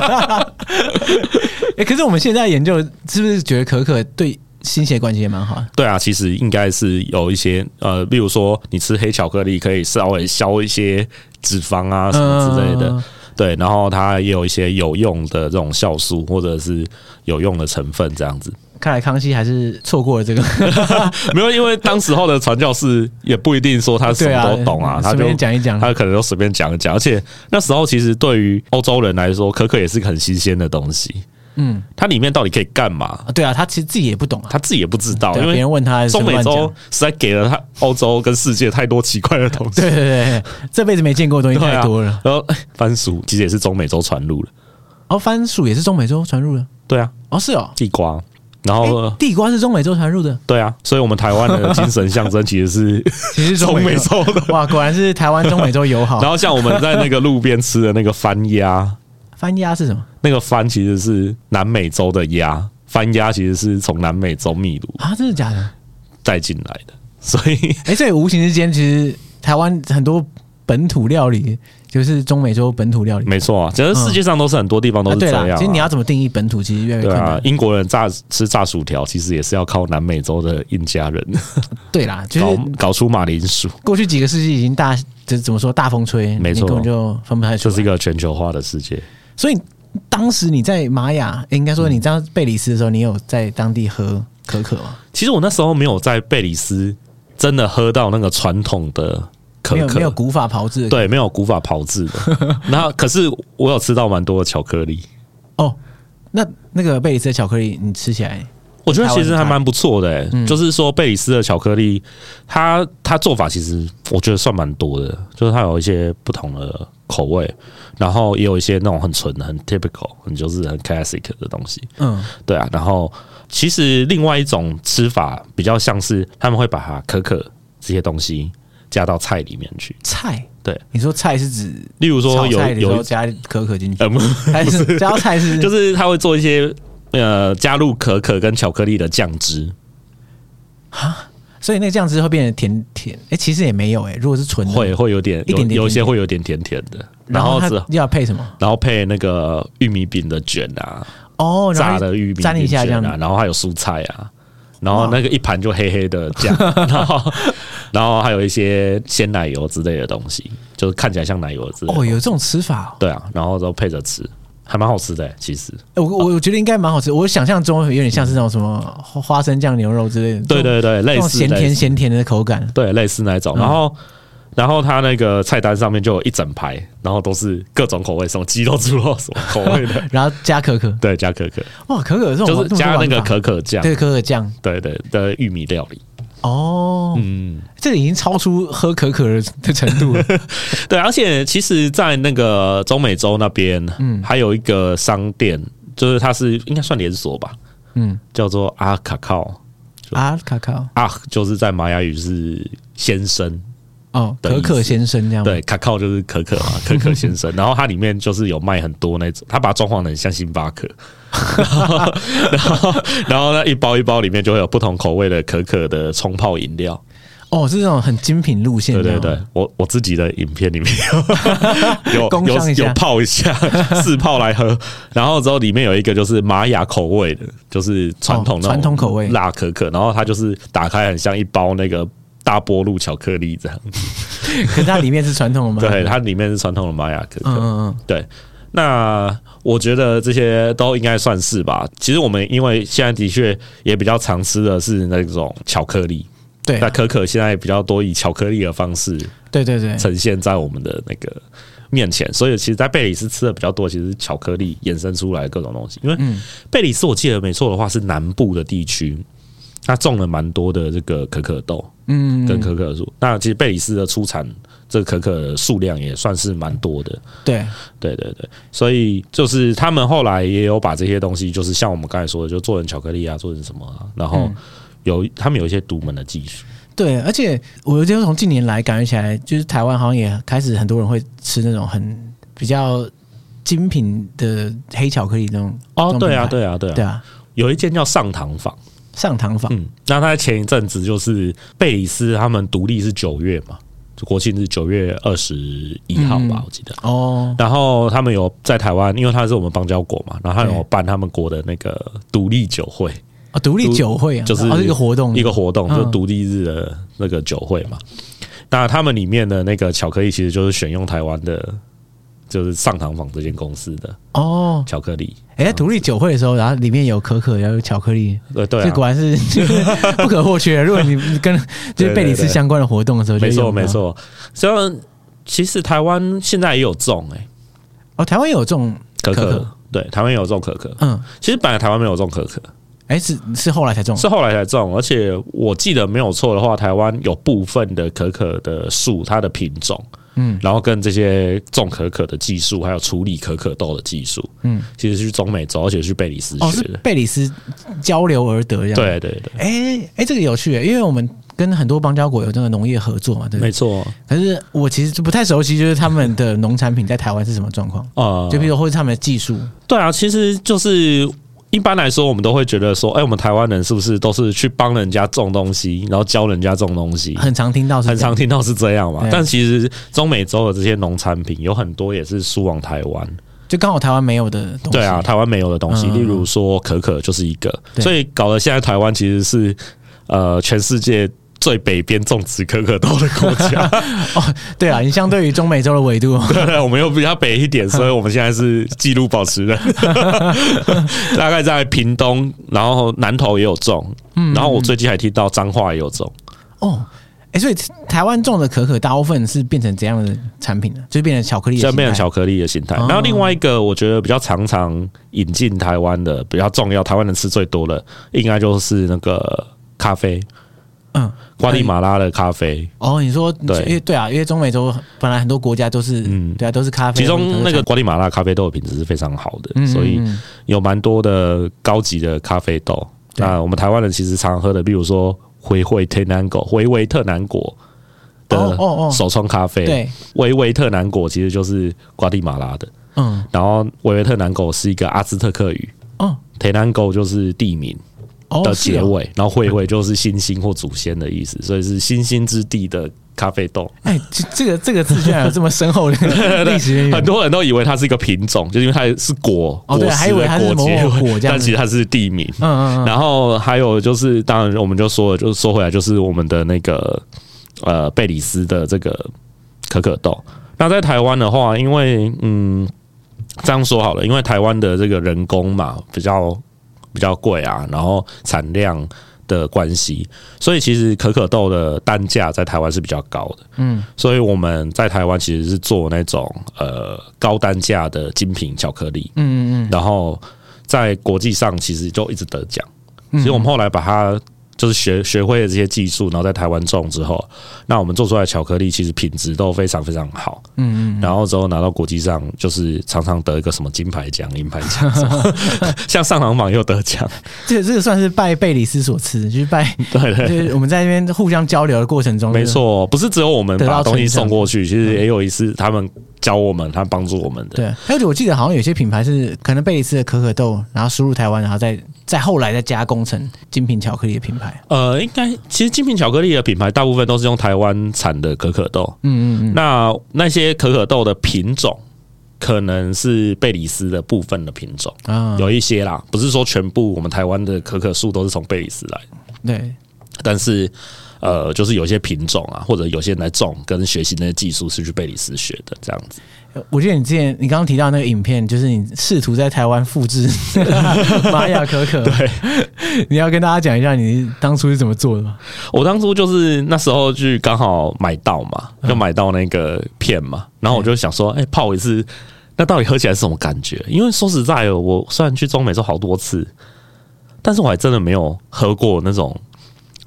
Speaker 1: 哎，可是我们现在研究是不是觉得可可对心血管其实也蛮好的？
Speaker 2: 对啊，其实应该是有一些呃，例如说你吃黑巧克力可以稍微消一些脂肪啊什么之类的，
Speaker 1: 嗯
Speaker 2: 对，然后它也有一些有用的这种酵素或者是有用的成分这样子。
Speaker 1: 看来康熙还是错过了这个，
Speaker 2: 没有，因为当时候的传教士也不一定说他什
Speaker 1: 对
Speaker 2: 么
Speaker 1: 啊，
Speaker 2: 都懂啊，他
Speaker 1: 随
Speaker 2: 就
Speaker 1: 便讲一讲，
Speaker 2: 他可能都随便讲一讲，而且那时候其实对于欧洲人来说，可可也是个很新鲜的东西，
Speaker 1: 嗯，
Speaker 2: 它里面到底可以干嘛？
Speaker 1: 啊对啊，他其实自己也不懂啊，
Speaker 2: 他自己也不知道，
Speaker 1: 对啊
Speaker 2: 哦因
Speaker 1: 别人
Speaker 2: 为
Speaker 1: 问他
Speaker 2: 中美
Speaker 1: 随便
Speaker 2: 洲
Speaker 1: 乱讲
Speaker 2: 实在给了他欧洲跟世界太多奇怪的东西。
Speaker 1: 对对对，对这辈子没见过的东西
Speaker 2: 对
Speaker 1: 太
Speaker 2: 啊
Speaker 1: 多了。
Speaker 2: 然后哎番薯其实也是中美洲传入的，
Speaker 1: 哦，番薯也是中美洲传入的，
Speaker 2: 对啊，
Speaker 1: 哦是哦，
Speaker 2: 地瓜，然后、
Speaker 1: 诶地瓜是中美洲传入的，
Speaker 2: 对啊，所以我们台湾的精神象征其实是
Speaker 1: 其实是
Speaker 2: 中美
Speaker 1: 美
Speaker 2: 洲的。
Speaker 1: 哇，果然是台湾中美洲友 好。
Speaker 2: 然后像我们在那个路边吃的那个番鸭，
Speaker 1: 番鸭啊是什么
Speaker 2: 那个番其实是南美洲的鸭，番鸭其实是从南美洲秘鲁
Speaker 1: 啊？真的假的？
Speaker 2: 带进来的， 所以
Speaker 1: 哎、所以无形之间，其实台湾很多本土料理就是中美洲本土料理。
Speaker 2: 没错啊，其实世界上都是很多地方
Speaker 1: 嗯
Speaker 2: 都
Speaker 1: 啊，
Speaker 2: 是
Speaker 1: 对
Speaker 2: 这样、
Speaker 1: 啦，其实你要怎么定义本土，其实越来越
Speaker 2: 对
Speaker 1: 困难。
Speaker 2: 啊，英国人炸吃炸薯条，其实也是要靠南美洲的印加 人
Speaker 1: 对啦，就
Speaker 2: 搞
Speaker 1: 是
Speaker 2: 搞出马铃薯，
Speaker 1: 过去几个世纪已经大，就是怎么说大风吹，
Speaker 2: 没错
Speaker 1: 你根本就分不太出
Speaker 2: 就
Speaker 1: 来。
Speaker 2: 是一个全球化的世界。
Speaker 1: 所以当时你在玛雅，诶应该说你在贝里斯的时候，你有在当地喝可可吗？
Speaker 2: 其实我那时候没有在贝里斯真的喝到那个传统的可
Speaker 1: 没有没有
Speaker 2: 可，
Speaker 1: 古法炮制的。
Speaker 2: 对，没有古法炮制的。然后可是我有吃到蛮多的巧克力，
Speaker 1: 哦，那那个贝里斯的巧克力，你吃起来
Speaker 2: 我觉得其实
Speaker 1: 台湾
Speaker 2: 还
Speaker 1: 很嗯
Speaker 2: 蛮不错的、欸。就是说贝里斯的巧克力，它它做法其实我觉得算蛮多的，就是它有一些不同的口味，然后也有一些那种很纯的、很 typical、很就是很 classic 的东西。
Speaker 1: 嗯
Speaker 2: 对啊，然后其实另外一种吃法比较像是他们会把它可可这些东西加到菜里面去，
Speaker 1: 菜。
Speaker 2: 对，
Speaker 1: 你说菜是指
Speaker 2: 例如说
Speaker 1: 炒
Speaker 2: 有
Speaker 1: 菜的时
Speaker 2: 有
Speaker 1: 候加可可 进去，
Speaker 2: 呃不
Speaker 1: 还是加到菜是
Speaker 2: 就是他会做一些呃加入可可跟巧克力的酱汁，
Speaker 1: 所以那个酱汁会变得甜甜，哎、其实也没有哎、诶如果是纯的，
Speaker 2: 会会有点
Speaker 1: 一
Speaker 2: 有
Speaker 1: 点点
Speaker 2: 有一些
Speaker 1: 甜
Speaker 2: 会有点甜甜的，然
Speaker 1: 然
Speaker 2: 后
Speaker 1: 后它
Speaker 2: 是
Speaker 1: 要配什么？
Speaker 2: 然后配那个玉米饼的卷啊，
Speaker 1: 哦，然
Speaker 2: 炸
Speaker 1: 后
Speaker 2: 的玉米饼
Speaker 1: 沾一下这
Speaker 2: 卷
Speaker 1: 样
Speaker 2: 啊，然后还有蔬菜啊。然后那个一盘就黑黑的酱， 然后然后还有一些鲜奶油之类的东西，就是看起来像奶油之类的
Speaker 1: 哦，有这种吃法、哦，
Speaker 2: 对啊，然后都配着吃，还蛮好吃的、欸其实。
Speaker 1: 诶我
Speaker 2: 哦
Speaker 1: 我我觉得应该蛮好吃。我想象中有点像是那种什么花花生酱牛肉之类的，
Speaker 2: 对对
Speaker 1: 这
Speaker 2: 对，类
Speaker 1: 种
Speaker 2: 似
Speaker 1: 咸
Speaker 2: 类
Speaker 1: 甜嗯
Speaker 2: 似
Speaker 1: 咸甜的口感。，
Speaker 2: 对类似那一种。然后，然后它那个菜单上面就有一整排，然后都是各种口味，什么鸡肉、猪肉什么口味的
Speaker 1: 然后加可可，
Speaker 2: 对，加可可，
Speaker 1: 哇，可可这种
Speaker 2: 就是加那个可
Speaker 1: 可
Speaker 2: 可酱，
Speaker 1: 对可可酱，
Speaker 2: 对对的玉米料理。
Speaker 1: 哦，嗯，这个已经超出喝可可的程度 了。
Speaker 2: 对，而且其实，在那个中美洲那边，嗯，还有一个商店，就是它是应该算连锁吧，
Speaker 1: 嗯，
Speaker 2: 叫做阿卡靠
Speaker 1: 啊，卡卡
Speaker 2: 阿，就是在玛雅语是先生，
Speaker 1: 哦，
Speaker 2: 的意
Speaker 1: 可
Speaker 2: 思
Speaker 1: 可先生这样吗
Speaker 2: 对，，卡靠就是可可嘛， 可可先生。然后它里面就是有卖很多那种，它把它装潢的很像星巴 克，然后然后然后呢一包一包里面就会有不同口味的可可的冲泡饮料。
Speaker 1: 哦，是这种很精品路线，
Speaker 2: 对对对，，我我自己的影片里面 有
Speaker 1: 工商
Speaker 2: 有
Speaker 1: 一下
Speaker 2: 有泡一下， 试泡来喝。然后之后里面有一个就是玛雅口味的，就是传统
Speaker 1: 哦
Speaker 2: 那种
Speaker 1: 传统口味
Speaker 2: 辣可可，然后它就是打开很像一包那个。大波路巧克力这样，
Speaker 1: 嗯可是它里面是传统的吗？
Speaker 2: 对，，它里面是传统的玛雅可可，
Speaker 1: 嗯嗯嗯，
Speaker 2: 对，那我觉得这些都应该算是吧。其实我们因为现在的确也比较常吃的是那种巧克力，
Speaker 1: 对啊
Speaker 2: 那可可现在比较多以巧克力的方式
Speaker 1: 对对对，
Speaker 2: 呈现在我们的那个面前，所以其实，在贝里斯吃的比较多，其实是巧克力衍生出来的各种东西。因为贝里斯我记得没错的话是南部的地区，它种了蛮多的这个可可豆，嗯，跟可可树。那其实贝里斯的出产这个可可的数量也算是蛮多的。
Speaker 1: 对，
Speaker 2: 对对对，所以就是他们后来也有把这些东西，就是像我们刚才说的，就做成巧克力啊，做成什么啊，然后有、他们有一些独门的技术。
Speaker 1: 对，而且我觉得从近年来感觉起来，就是台湾好像也开始很多人会吃那种很比较精品的黑巧克力那种。那
Speaker 2: 哦，
Speaker 1: 种
Speaker 2: 对啊，
Speaker 1: 品牌
Speaker 2: 对啊，对啊，
Speaker 1: 对啊，
Speaker 2: 有一间叫上堂坊，
Speaker 1: 上糖坊，
Speaker 2: 嗯，那他前一阵子就是贝里斯他们独立是九月嘛，就国庆是九月二十一号吧，
Speaker 1: 嗯
Speaker 2: 我记得。
Speaker 1: 哦，
Speaker 2: 然后他们有在台湾，因为他是我们邦交国嘛，然后他有
Speaker 1: 对
Speaker 2: 办他们国的那个独立酒会，
Speaker 1: 哦，独立酒会啊，
Speaker 2: 就是
Speaker 1: 哦、一个活动，
Speaker 2: 一个活动，
Speaker 1: 嗯
Speaker 2: 就独立日的那个酒会嘛。那他们里面的那个巧克力，其实就是选用台湾的，就是上堂坊这间公司的
Speaker 1: 哦。
Speaker 2: 巧克力。
Speaker 1: 哎、在独立酒会的时候，然后里面有可可，然后有巧克力，
Speaker 2: 呃，对
Speaker 1: 这
Speaker 2: 啊，
Speaker 1: 果然是 不可或缺。如果你你跟就是贝里斯相关的活动的时候就
Speaker 2: 没
Speaker 1: 用啊到，
Speaker 2: 错没错。虽然其实台湾现在也有种哎、
Speaker 1: 哦，台湾有这种
Speaker 2: 可
Speaker 1: 可
Speaker 2: 可
Speaker 1: 可，
Speaker 2: 对，台湾也有种可可。
Speaker 1: 嗯，
Speaker 2: 其实本来台湾没有种可可，
Speaker 1: 哎、是是后来才中，
Speaker 2: 是后来才种，而且我记得没有错的话，台湾有部分的可可的树，它的品种，
Speaker 1: 嗯，
Speaker 2: 然后跟这些种可可的技术，还有处理可可豆的技术，
Speaker 1: 嗯，
Speaker 2: 其实是去中美洲，而且是贝里斯
Speaker 1: 哦，
Speaker 2: 学
Speaker 1: 是
Speaker 2: 的，
Speaker 1: 贝里斯交流而得这样。，
Speaker 2: 对对对，
Speaker 1: 哎、哎、这个有趣耶，因为我们跟很多邦交国有这个农业合作嘛，对不
Speaker 2: 没
Speaker 1: 对？
Speaker 2: 错，
Speaker 1: 可是我其实就不太熟悉，就是他们的农产品在台湾是什么状况，
Speaker 2: 呃
Speaker 1: 就比如说或者他们的技术，
Speaker 2: 对啊，其实就是一般来说，我们都会觉得说，哎、我们台湾人是不是都是去帮人家种东西，然后教人家种东西？
Speaker 1: 很常听到是
Speaker 2: 很
Speaker 1: 这样
Speaker 2: 常听到是这样嘛
Speaker 1: 对，
Speaker 2: 但其实中美洲的这些农产品有很多也是输往台湾，
Speaker 1: 就刚好台湾没有的东西。
Speaker 2: 对啊，，台湾没有的东西，
Speaker 1: 嗯
Speaker 2: 例如说可可就是一个，
Speaker 1: 对
Speaker 2: 所以搞得现在台湾其实是呃全世界最北边种植可可豆的国 家，
Speaker 1: 哦， 对啊，你相对于中美洲的纬度，
Speaker 2: 对啊我们又比较北一点，所以我们现在是纪录保 持人，大概在屏东，然后南投也有种，
Speaker 1: 嗯
Speaker 2: 然后我最近还听到彰化也有种，
Speaker 1: 哦。哎、所以台湾种的可可大部分是变成怎样的产品呢？就变成巧克力的
Speaker 2: 这
Speaker 1: 形态，
Speaker 2: 变成巧克力的形态。
Speaker 1: 哦
Speaker 2: 然后另外一个我觉得比较常常引进台湾的比较重要，台湾人吃最多的应该就是那个咖啡，
Speaker 1: 嗯，
Speaker 2: 瓜地马拉的咖啡。
Speaker 1: 哦，你说
Speaker 2: 对嗯
Speaker 1: 因为对啊，因为中美洲本来很多国家都是，对啊，都是咖啡，
Speaker 2: 其中那
Speaker 1: 或者
Speaker 2: 个瓜地马拉咖啡豆的品质是非常好的，
Speaker 1: 嗯
Speaker 2: 所以
Speaker 1: 嗯
Speaker 2: 有蛮多的高级的咖啡豆。
Speaker 1: 对
Speaker 2: 那我们台湾人其实常喝的，比如说回回特南果、回维特南果
Speaker 1: 哦
Speaker 2: 的
Speaker 1: 哦哦
Speaker 2: 手冲咖啡，
Speaker 1: 对，
Speaker 2: 维维特南果其实就是瓜地马拉的，
Speaker 1: 嗯，
Speaker 2: 然后维维特南果是一个阿兹特克语，
Speaker 1: 哦
Speaker 2: 特南果就是地名
Speaker 1: 哦
Speaker 2: 的
Speaker 1: 是
Speaker 2: 结
Speaker 1: 哦
Speaker 2: 尾，然后会会就是星星或祖先的意思，所以是星星之地的咖啡豆。
Speaker 1: 哎，这这个这个字居然有这么深厚 的历史渊
Speaker 2: 很
Speaker 1: 源，
Speaker 2: 多人都以为它是一个品种，就是因为它是果，
Speaker 1: 哦
Speaker 2: 果
Speaker 1: 对
Speaker 2: 实
Speaker 1: 还以为它是
Speaker 2: 的
Speaker 1: 某
Speaker 2: 结
Speaker 1: 某
Speaker 2: 尾
Speaker 1: 果这样
Speaker 2: 但
Speaker 1: 子
Speaker 2: 其实它是地名。
Speaker 1: 嗯嗯嗯，
Speaker 2: 然后还有就是，当然我们就说了，就是说回来，就是我们的那个呃贝里斯的这个可可豆。那在台湾的话，因为嗯这样说好了，因为台湾的这个人工嘛比较比较贵啊，然后产量的关系，所以其实可可豆的单价在台湾是比较高的。
Speaker 1: 嗯，
Speaker 2: 所以我们在台湾其实是做那种呃高单价的精品巧克力，
Speaker 1: 嗯嗯
Speaker 2: 然后在国际上其实就一直得奖。其实我们后来把它就是学学会了这些技术，然后在台湾种之后，那我们做出来的巧克力其实品质都非常非常好。嗯嗯。然后之后拿到国际上，就是常常得一个什么金牌奖、银牌奖什么， 像上行榜又得奖。
Speaker 1: 这这个算是拜贝里斯所赐，就是拜，
Speaker 2: 对 对
Speaker 1: 就是我们在那边互相交流的过程中，
Speaker 2: 没，错，不是只有我们
Speaker 1: 得到
Speaker 2: 把东西
Speaker 1: 成长
Speaker 2: 送过去，其实也有一次他们教我们，他帮助我们的。
Speaker 1: 对。而且我记得好像有些品牌是可能贝里斯的可可豆，然后输入台湾，然后再再后来再加工成精品巧克力的品牌。
Speaker 2: 呃，应该其实精品巧克力的品牌大部分都是用台湾产的可可豆。
Speaker 1: 嗯嗯嗯，
Speaker 2: 那那些可可豆的品种，可能是贝里斯的部分的品种，
Speaker 1: 啊，
Speaker 2: 有一些啦，不是说全部我们台湾的可可树都是从贝里斯来的，
Speaker 1: 对，
Speaker 2: 但是。呃，就是有些品种啊，或者有些人来种，跟学习那些技术是去贝里斯学的，这样子。
Speaker 1: 我记得你之前你刚刚提到那个影片，就是你试图在台湾复制 玛雅可可，对，你要跟大家讲一下你当初是怎么做的吗？
Speaker 2: 我当初就是那时候去刚好买到嘛，
Speaker 1: 嗯
Speaker 2: 就买到那个片嘛，然后我就想说，哎、泡一次，那到底喝起来是什么感觉？因为说实在的，我虽然去中美洲好多次，但是我还真的没有喝过那种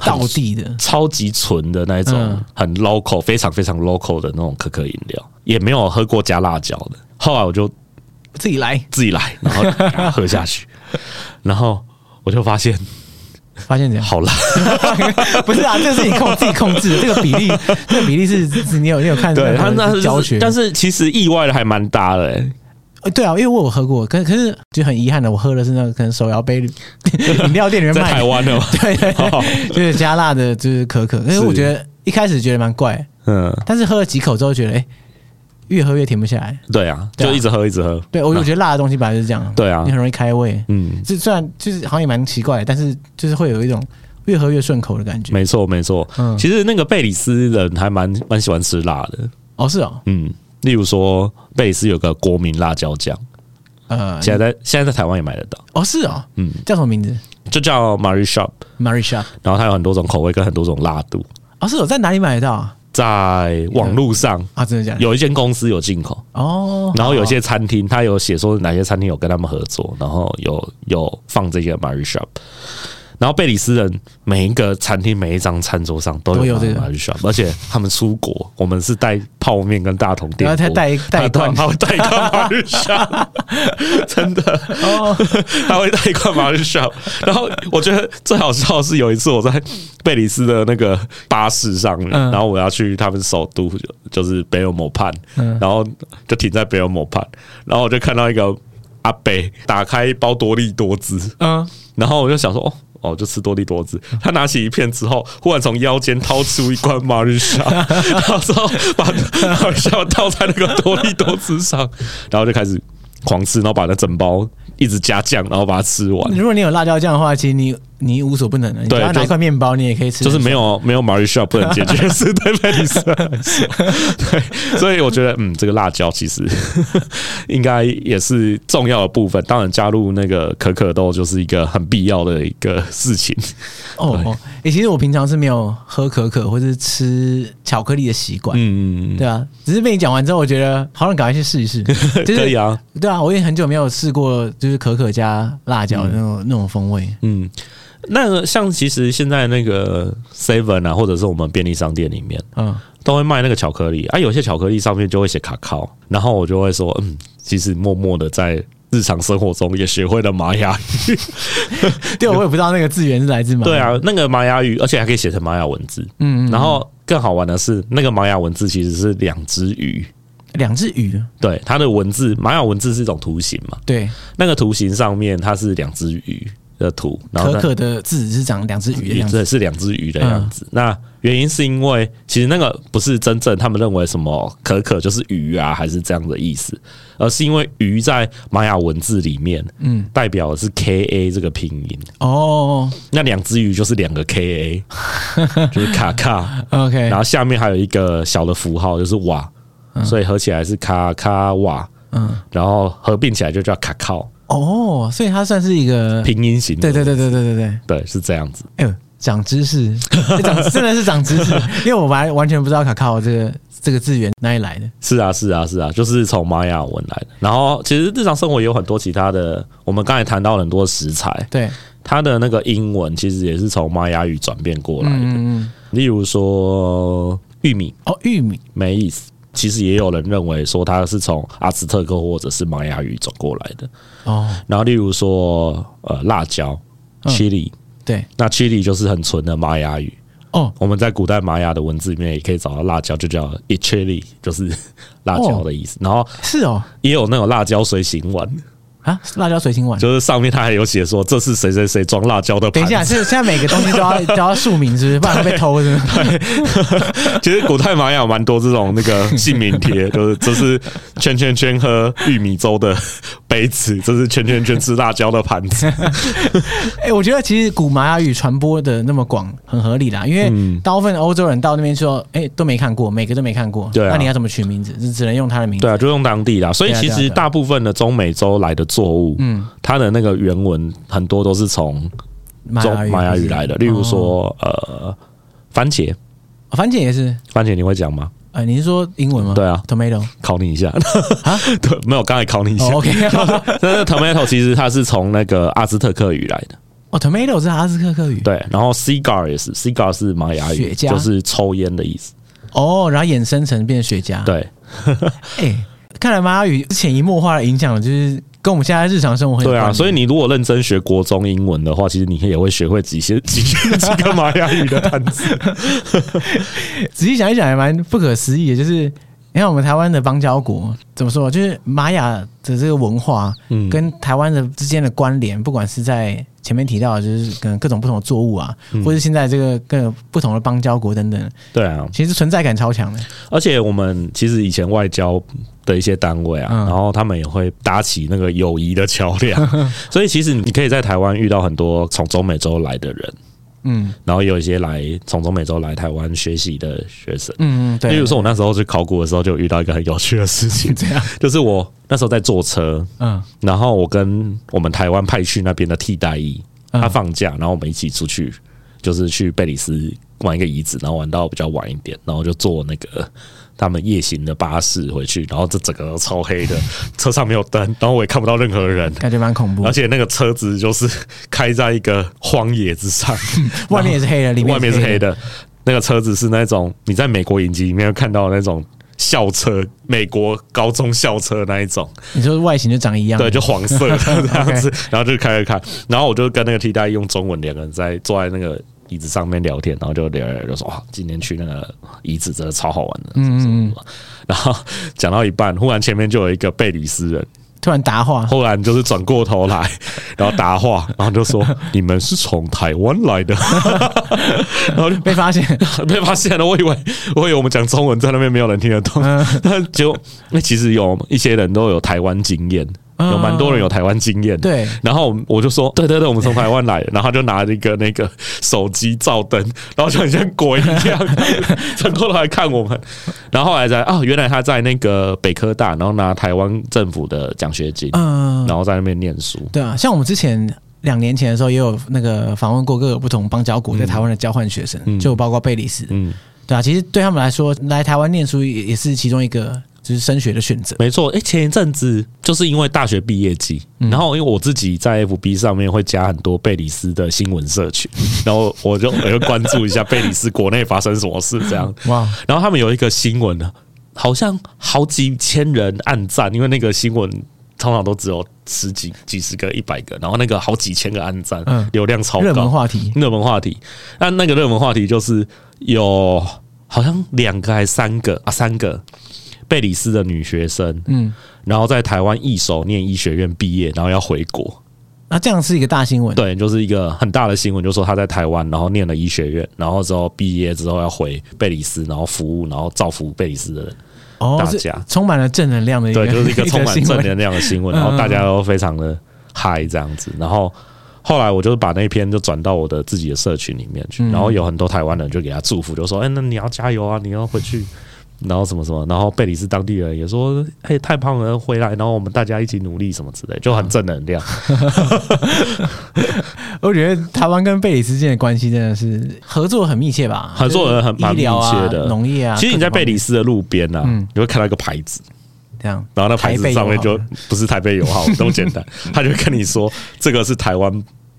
Speaker 2: 很
Speaker 1: 道地的，
Speaker 2: 超级纯的那一种
Speaker 1: 嗯，
Speaker 2: 很 local，非常非常 local 的那种可可饮料，也没有喝过加辣椒的。后来我就
Speaker 1: 自己来，
Speaker 2: 自己来，然后给它喝下去， 然后我就发现
Speaker 1: 发现怎样？
Speaker 2: 好辣。
Speaker 1: 不是啊，这是你控自己控制的，这个比例，这个比例是是你有你有看
Speaker 2: 对他那
Speaker 1: 是
Speaker 2: 是
Speaker 1: 教学，
Speaker 2: 但是其实意外的还蛮大的、欸，
Speaker 1: 呃对啊，因为我有喝过，可可是就很遗憾的，我喝的是那个可能手摇杯饮料店里面
Speaker 2: 在
Speaker 1: 卖
Speaker 2: 台
Speaker 1: 的，
Speaker 2: 湾的嘛。
Speaker 1: 对对
Speaker 2: 哦
Speaker 1: 对，就是加辣的，就是可可，可是我
Speaker 2: 是
Speaker 1: 觉得一开始觉得蛮怪，
Speaker 2: 嗯，
Speaker 1: 但是喝了几口之后觉得，哎、越喝越停不下来。
Speaker 2: 对啊，
Speaker 1: 对啊
Speaker 2: 就一直喝，一直喝。
Speaker 1: 对，我我
Speaker 2: 那
Speaker 1: 觉得辣的东西本来就是这样，
Speaker 2: 对啊
Speaker 1: 你很容易开胃。
Speaker 2: 嗯，
Speaker 1: 这虽然就是好像也蛮奇怪的，但是就是会有一种越喝越顺口的感觉。
Speaker 2: 没错没错。
Speaker 1: 嗯
Speaker 2: 其实那个贝里斯人还蛮蛮喜欢吃辣的，
Speaker 1: 哦，是哦，
Speaker 2: 嗯。例如说，贝里斯有个国民辣椒酱，
Speaker 1: 呃，
Speaker 2: 现在在现在在台湾也买得到，
Speaker 1: 哦是哦，
Speaker 2: 嗯，
Speaker 1: 叫什么名字
Speaker 2: 就叫 Mary Shop，
Speaker 1: ？Marisha。
Speaker 2: 然后它有很多种口味跟很多种辣度，
Speaker 1: 哦，是哦，在哪里买得到啊？
Speaker 2: 在网络上
Speaker 1: 啊，真的假的？
Speaker 2: 有一间公司有进口，
Speaker 1: 哦，
Speaker 2: 然后有
Speaker 1: 好
Speaker 2: 些餐厅，他有写说哪些餐厅有跟他们合作，然后有有放这个 Mary Shop。然后贝里斯人每一个餐厅每一张餐桌上都
Speaker 1: 都有
Speaker 2: 有
Speaker 1: 这个
Speaker 2: Mary Shop，而且他们出国，我们是带泡面跟大桶电
Speaker 1: 然后
Speaker 2: 锅，
Speaker 1: 他带带一罐
Speaker 2: 他会带一罐 Mary Shop，真的，
Speaker 1: 哦，
Speaker 2: 他会带一罐 Mary Shop。然后我觉得最好笑的是有一次我在贝里斯的那个巴士上，
Speaker 1: 嗯
Speaker 2: 然后我要去他们首都就是北有某畔，
Speaker 1: 嗯
Speaker 2: 然后就停在北有某畔，然后我就看到一个阿北打开一包多利多汁，
Speaker 1: 嗯，
Speaker 2: 然后我就想说哦。哦，就吃多利多汁。他拿起一片之后，忽然从腰间掏出一罐马 瑞莎，然后之后把马瑞莎倒在那个多利多汁上，然后就开始狂吃，然后把那整包一直加酱，然后把它吃完。
Speaker 1: 如果你有辣椒酱的话，其实你你无所不能的，你
Speaker 2: 对
Speaker 1: 只要拿
Speaker 2: 就
Speaker 1: 一块面包，你也可以吃。
Speaker 2: 就是没有没有 Mary Shop 不能解决是对贝里斯来说，对，所以我觉得嗯，这个辣椒其实 应该也是重要的部分。当然，加入那个可可豆就是一个很必要的一个事情。
Speaker 1: 哦哦，哎、其实我平常是没有喝可可或是吃巧克力的习惯，
Speaker 2: 嗯，
Speaker 1: 对啊，只是被你讲完之后，我觉得好想赶快去试一 试，就是
Speaker 2: 可以啊，
Speaker 1: 对啊，我也很久没有试过，就是可可加辣椒的那种、那种风味。
Speaker 2: 嗯。那像其实现在那个 Seven 啊，或者是我们便利商店里面
Speaker 1: 嗯，
Speaker 2: 都会卖那个巧克力啊，有些巧克力上面就会写卡靠，然后我就会说，嗯，其实默默的在日常生活中也学会了 玛雅语。
Speaker 1: 对，我也不知道那个字源是来自哪。
Speaker 2: 对，啊，那个玛雅语，而且还可以写成玛雅文字。
Speaker 1: 嗯嗯，
Speaker 2: 然后更好玩的是，那个玛雅文字其实是两只鱼。
Speaker 1: 两只鱼，
Speaker 2: 对，它的文字，玛雅文字是一种图形嘛？
Speaker 1: 对，
Speaker 2: 那个图形上面它是两只鱼的图，然后
Speaker 1: 可
Speaker 2: 那
Speaker 1: 可的字是长两只嗯鱼的
Speaker 2: 鱼
Speaker 1: 样子。
Speaker 2: 这是两只鱼的样子。那原因是因为其实那个不是真正他们认为什么可可就是鱼啊，还是这样的意思，而是因为鱼在玛雅文字里面，嗯，代表的是 K A 这个拼音。
Speaker 1: 哦
Speaker 2: 那两只鱼就是两个 K A，就是 卡卡。
Speaker 1: 哦，OK，
Speaker 2: 然后下面还有一个小的符号，就是瓦，所以合起来是卡卡瓦，
Speaker 1: 嗯，
Speaker 2: 然后合并起来就叫卡靠，
Speaker 1: 哦，所以它算是一个，
Speaker 2: 拼音型的。
Speaker 1: 对对对对对对对，
Speaker 2: 对，是这样子。
Speaker 1: 哎呦，长知识， 长真的是长知识，因为我完完全不知道卡卡我这个这个字源哪里来的。
Speaker 2: 是啊，是啊，是啊，就是从玛雅文来的。然后其实日常生活也有很多其他的，我们刚才谈到了很多食材，
Speaker 1: 对，
Speaker 2: 它的那个英文其实也是从玛雅语转变过来的。
Speaker 1: 嗯嗯，
Speaker 2: 例如说玉米
Speaker 1: 哦，玉米
Speaker 2: （maize），其实也有人认为说它是从阿兹特克或者是玛雅语转过来的。
Speaker 1: 哦，
Speaker 2: 然后例如说呃辣椒
Speaker 1: 嗯
Speaker 2: （chili），、
Speaker 1: 对
Speaker 2: 那 chili 就是很纯的玛雅语。
Speaker 1: 哦
Speaker 2: 我们在古代玛雅的文字里面也可以找到辣椒，就叫 i c h i l i 就是辣椒的意思。然后
Speaker 1: 是哦
Speaker 2: 也有那种辣椒随行碗，
Speaker 1: 啊，辣椒水晶碗。
Speaker 2: 就是上面它还有写说这是谁谁谁装辣椒的
Speaker 1: 等
Speaker 2: 盘
Speaker 1: 一
Speaker 2: 子。
Speaker 1: 下，是现在每个东西都要都要署名，是不是？不然会被偷，是不是？
Speaker 2: 其实古代玛雅有蛮多这种那个姓名贴，就是这是圈圈圈喝玉米粥的杯子，这是圈圈圈吃辣椒的盘 子。
Speaker 1: 哎、我觉得其实古玛雅语传播的那么广，很合理啦。因
Speaker 2: 嗯
Speaker 1: 为大部分欧洲人到那边说，哎、都没看过，每个都没看过。
Speaker 2: 对啊
Speaker 1: 那你要怎么取名字？只只能用他的名字。
Speaker 2: 对啊，就用当地啦。所以
Speaker 1: 对啊
Speaker 2: 其
Speaker 1: 对啊
Speaker 2: 实
Speaker 1: 对啊
Speaker 2: 大部分的中美洲来的作物，嗯，它的那个原文很多都是从
Speaker 1: 玛雅
Speaker 2: 中
Speaker 1: 语，
Speaker 2: 玛雅语来的，例如说呃番茄，
Speaker 1: 哦番茄也是。
Speaker 2: 番茄你会讲吗？
Speaker 1: 呃，你是说英文吗？
Speaker 2: 对啊
Speaker 1: ，tomato。
Speaker 2: 考你一下 对，没有，刚才考你一下
Speaker 1: 哦。，OK。
Speaker 2: 但是 tomato 其实它是从那个阿兹特克语来的，
Speaker 1: 哦，tomato 是阿兹克克语。
Speaker 2: 对。然后 cigar 也是，cigar 是玛雅
Speaker 1: 雪
Speaker 2: 语，
Speaker 1: 茄
Speaker 2: 就是抽烟的意思。
Speaker 1: 哦，然后衍生成变雪茄。
Speaker 2: 对，
Speaker 1: 哎、看来玛雅语潜移默化的影响，就是跟我们现在日常生活很有
Speaker 2: 对啊。
Speaker 1: 关联
Speaker 2: 所以你如果认真学国中英文的话，其实你也会学会几些几几个玛雅语的单 词。
Speaker 1: 仔细想一想，还蛮不可思议的。就是你看我们台湾的邦交国，怎么说？就是玛雅的这个文化，
Speaker 2: 嗯
Speaker 1: 跟台湾的之间的关联，不管是在前面提到的，就是可能各种不同的作物啊，
Speaker 2: 嗯
Speaker 1: 或是现在这个各种不同的邦交国等等，
Speaker 2: 对啊，
Speaker 1: 其实存在感超强的。
Speaker 2: 而且我们其实以前外交的一些单位啊，
Speaker 1: 嗯
Speaker 2: 然后他们也会搭起那个友谊的桥 梁，所以其实你可以在台湾遇到很多从中美洲来的人，
Speaker 1: 嗯
Speaker 2: 然后也有一些来从中美洲来台湾学习的学生。
Speaker 1: 嗯嗯，对。
Speaker 2: 例如说，我那时候去考古的时候，就遇到一个很有趣的事 情，
Speaker 1: 这样，
Speaker 2: 就是我那时候在坐车，
Speaker 1: 嗯
Speaker 2: 然后我跟我们台湾派去那边的替代役，
Speaker 1: 嗯
Speaker 2: 他放假，然后我们一起出去，就是去贝里斯玩一个遗址，然后玩到比较晚一点，然后就坐那个他们夜行的巴士回去，然后这整个都超黑 的，车上没有灯，然后我也看不到任何人。
Speaker 1: 感觉蛮恐怖
Speaker 2: 而。且那个车子就是开在一个荒野之 上，
Speaker 1: 外面也是黑的，里面
Speaker 2: 外面是黑。的。那个车子是那种你在美国影集里面看到的那种校车，美国高中校车那一种，
Speaker 1: 你说外形就长一样，
Speaker 2: 对，就黄色 的这样子，然后就开了开，然后我就跟那个替代用中文两个人在坐在那个椅子上面聊天，然后就聊聊聊就说哇，今天去那个遗址真的超好玩的，嗯嗯然后讲到一半，忽然前面就有一个贝里斯 人，
Speaker 1: 突然答 话，
Speaker 2: 后来就是转过头来，然后答话，然后就说你们是从台湾来的， 然后就
Speaker 1: 被发现。
Speaker 2: 被发现了，我以为我以为我们讲中文在那边没有人听得懂，
Speaker 1: 嗯
Speaker 2: 但结果那其实有一些人都有台湾经验，有蛮多人有台湾经验。
Speaker 1: 嗯对
Speaker 2: 然后我就说，对对对，我们从台湾来的，然后他就拿着一个那个手机照灯，然后就很像鬼一样 转过来看我们，然后后来才啊，原来他在那个北科大，然后拿台湾政府的奖学金，
Speaker 1: 嗯，
Speaker 2: 然后在那边念书。
Speaker 1: 对啊，像我们之前两年前的时候，也有那个访问过各个不同邦交国在台湾的交换学生，就包括贝里斯，
Speaker 2: 嗯，
Speaker 1: 对啊，其实对他们来说，来台湾念书也也是其中一个就是升学的选择。
Speaker 2: 没错，哎、前一阵子就是因为大学毕业季，
Speaker 1: 嗯
Speaker 2: 然后因为我自己在 FB 上面会加很多贝里斯的新闻 社群，然后我就我就关注一下贝里斯国内发生什么事这样。
Speaker 1: 哇，
Speaker 2: 然后他们有一个新闻呢，好像好几千人按赞，因为那个新闻通常都只有十几、几十个、一百个，然后那个好几千个按赞，
Speaker 1: 嗯
Speaker 2: 流量超高，嗯
Speaker 1: 热门话题
Speaker 2: 热门话题。那那个热门话题就是有好像两个还三个啊，三个贝里斯的女学生，
Speaker 1: 嗯，
Speaker 2: 然后在台湾一手念医学院毕业，然后要回国，
Speaker 1: 那这样是一个大新闻。
Speaker 2: 对，就是一个很大的新闻，就说他在台湾，然后念了医学院，然后之后毕业之后要回贝里斯，然后服务，然后造福贝里斯的人。
Speaker 1: 哦，
Speaker 2: 大
Speaker 1: 是
Speaker 2: 家
Speaker 1: 充满了正能量 的一个，
Speaker 2: 对，就是一个充满
Speaker 1: 新闻
Speaker 2: 正能量的新闻，
Speaker 1: 嗯
Speaker 2: 然后大家都非常的嗨这样子。然后后来我就把那篇就转到我的自己的社群里面去，
Speaker 1: 嗯
Speaker 2: 然后有很多台湾人就给他祝福，就说：“哎、那你要加油啊，你要回去。”然后什么什么，然后贝里斯当地人也说：“嘿，太胖了，回来，然后我们大家一起努力，什么之类，就很正能量。
Speaker 1: 嗯我觉得台湾跟贝里斯之间的关系真的是合作很密切吧，
Speaker 2: 合作得很
Speaker 1: 就是医疗
Speaker 2: 蛮
Speaker 1: 啊
Speaker 2: 密切、的
Speaker 1: 农业啊。
Speaker 2: 其实你在贝里
Speaker 1: 斯
Speaker 2: 斯的路边啊，
Speaker 1: 嗯
Speaker 2: 你会看到一个牌子，
Speaker 1: 这样，
Speaker 2: 然后那牌
Speaker 1: 台
Speaker 2: 子
Speaker 1: 北
Speaker 2: 上面
Speaker 1: 友
Speaker 2: 就
Speaker 1: 好
Speaker 2: 不是台北友好，那么简单，他就跟你说这个是台湾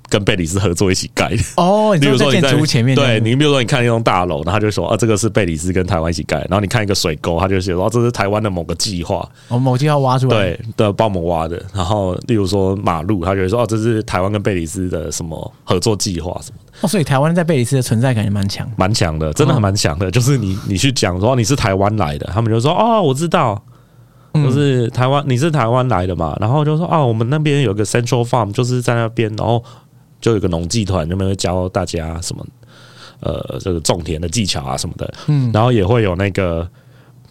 Speaker 2: 跟贝里斯合作一起盖的。
Speaker 1: 哦，你
Speaker 2: 比
Speaker 1: 就
Speaker 2: 如
Speaker 1: 在
Speaker 2: 说
Speaker 1: 建
Speaker 2: 你在
Speaker 1: 筑物前面这样
Speaker 2: 对
Speaker 1: 子，
Speaker 2: 你比如说你看一栋大楼，然后他就说啊，这个是贝里斯跟台湾一起盖，然后你看一个水沟，他就写说、啊、这是台湾的某个计划，
Speaker 1: 我哦某地要挖出来，，
Speaker 2: 对的，帮我们挖的。然后例如说马路，他就会说哦、这是台湾跟贝里斯的什么合作计划什么的，
Speaker 1: 哦，所以台湾在贝里斯的存在感也蛮强。
Speaker 2: 蛮强的，真的还蛮强
Speaker 1: 嗯
Speaker 2: 的。就是你你去讲说哦你是台湾来的，他们就说哦我知道。
Speaker 1: 嗯
Speaker 2: 就是台湾，你是台湾来的嘛？然后就说啊，我们那边有个 Central Farm，就是在那边，然后就有个农技团，那边会教大家什么呃，这个种田的技巧啊什么的。
Speaker 1: 嗯，
Speaker 2: 然后也会有那个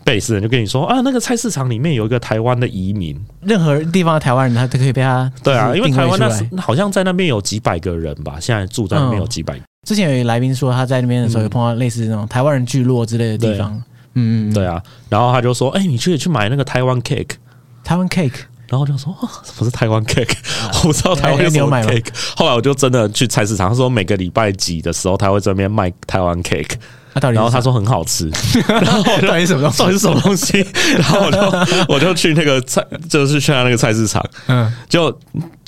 Speaker 2: 贝斯人就跟你说啊，那个菜市场里面有一个台湾的移民，
Speaker 1: 任何地方的台湾人他都可以被他
Speaker 2: 对啊，
Speaker 1: 就是
Speaker 2: 因为
Speaker 1: 定
Speaker 2: 台湾
Speaker 1: 出
Speaker 2: 那
Speaker 1: 来嗯
Speaker 2: 时好像在那边有几百个人吧，现在住在那边有几百个，
Speaker 1: 之前有一个来宾说他在那边的时候
Speaker 2: 嗯
Speaker 1: 有碰到类似那种台湾人聚落之类的地方，嗯嗯，嗯
Speaker 2: 对，啊。然后他就说，哎、你去去买那个台湾 cake。
Speaker 1: 台湾 cake
Speaker 2: 然后我就说，哦、什么是台湾 cake？、我
Speaker 1: 啊
Speaker 2: 不知道台湾有
Speaker 1: 那你
Speaker 2: 什
Speaker 1: 有
Speaker 2: 么
Speaker 1: 买吗
Speaker 2: cake。后来我就真的去菜市场，他说每个礼拜几的时候他会这边卖台湾 cake，
Speaker 1: 那啊到底是
Speaker 2: 然后他
Speaker 1: 啥
Speaker 2: 说很好吃，然后我 就
Speaker 1: 到底是什么东西
Speaker 2: 到底是什么东西？然后我就我就去那个菜，就是去他那个菜市场，
Speaker 1: 嗯，
Speaker 2: 就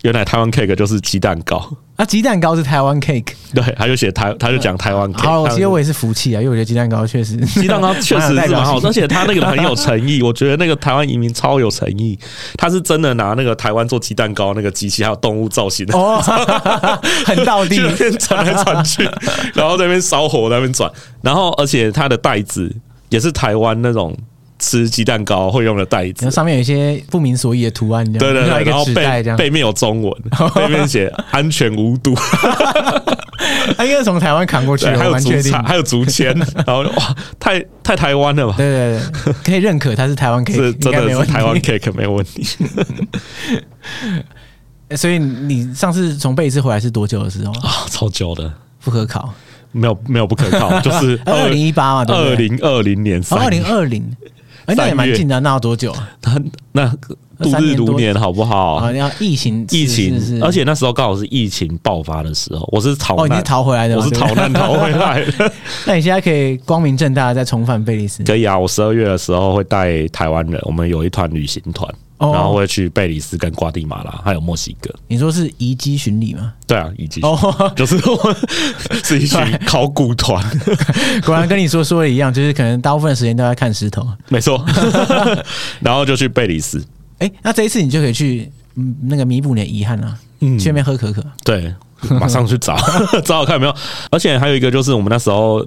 Speaker 2: 原来台湾 cake 就是鸡蛋糕，
Speaker 1: 啊鸡蛋糕是台湾 cake，
Speaker 2: 对，他就写台，他就讲台湾 cake
Speaker 1: 好，我
Speaker 2: 他就
Speaker 1: 其实我也是服气啊，因为我觉得鸡蛋糕确实
Speaker 2: 鸡 蛋糕确实
Speaker 1: 蛮
Speaker 2: 是
Speaker 1: 有代表
Speaker 2: 蛮好，
Speaker 1: 性
Speaker 2: 而且他那个很有诚意， 我觉得那个台湾移民超有诚意，他是真的拿那个台湾做鸡蛋糕那个机器，还有动物造型的。
Speaker 1: 哦， 很到地
Speaker 2: 去，那边转来转去，然后在那边烧火，在那边转，然后而且它的袋子也是台湾那种吃鸡蛋糕会用的袋子
Speaker 1: 然后，上面有一些不明所以的图案，这样
Speaker 2: 对对
Speaker 1: 然后
Speaker 2: 对，
Speaker 1: 一个
Speaker 2: 然后
Speaker 1: 纸袋这
Speaker 2: 背
Speaker 1: 样，
Speaker 2: 背面有中文，背面写安全无毒，
Speaker 1: 啊他应 该是从台湾扛过去
Speaker 2: 对，
Speaker 1: 的，
Speaker 2: 还
Speaker 1: 我
Speaker 2: 有
Speaker 1: 蛮
Speaker 2: 竹
Speaker 1: 确定
Speaker 2: 签，
Speaker 1: 的。
Speaker 2: 还有竹 签，然后哇，太太台湾了吧？
Speaker 1: 对对对，可以认可他是台湾 cake，
Speaker 2: 是
Speaker 1: 应
Speaker 2: 真
Speaker 1: 该
Speaker 2: 的
Speaker 1: 没问
Speaker 2: 是
Speaker 1: 题
Speaker 2: 台湾 cake 没问题。
Speaker 1: 所以你上次从贝里斯回来是多久的时候？
Speaker 2: 啊，超久的，
Speaker 1: 不可考，
Speaker 2: 没有没有不可 靠，就是
Speaker 1: 二零一八嘛，对
Speaker 2: 二
Speaker 1: 不对？
Speaker 2: 零二零年
Speaker 1: 二
Speaker 2: 三哦
Speaker 1: 零
Speaker 2: 月，
Speaker 1: 二零，哎，那也蛮近的，那要多久啊？
Speaker 2: 他那度日如年好不好
Speaker 1: 啊，？要疫情，
Speaker 2: 疫
Speaker 1: 是是
Speaker 2: 情，
Speaker 1: 是
Speaker 2: 而且那时候刚好是疫情爆发的时候，我是逃
Speaker 1: 哦，你
Speaker 2: 难
Speaker 1: 是，逃回来的
Speaker 2: 我
Speaker 1: 嘛，
Speaker 2: 是
Speaker 1: 对不
Speaker 2: 逃
Speaker 1: 对
Speaker 2: 难逃回来的。
Speaker 1: 那你现在可以光明正大的再重返贝里斯，
Speaker 2: 可以啊，我十二月的时候会带台湾人，我们有一团旅行团，
Speaker 1: 哦
Speaker 2: 然后会去贝里斯、跟瓜地马拉还有墨西哥。
Speaker 1: 你说是移机巡礼吗？
Speaker 2: 对啊，以及
Speaker 1: 哦，
Speaker 2: 就是我 是一群考古团，
Speaker 1: 果然跟你说说的一样，就是可能大部分的时间都在看石头。
Speaker 2: 没错。然后就去贝里斯，
Speaker 1: 哎，那这一次你就可以去嗯那个弥补你的遗憾了，
Speaker 2: 嗯
Speaker 1: 去那边喝可可。
Speaker 2: 对，马上去找 找找看有没有。而且还有一个就是，我们那时候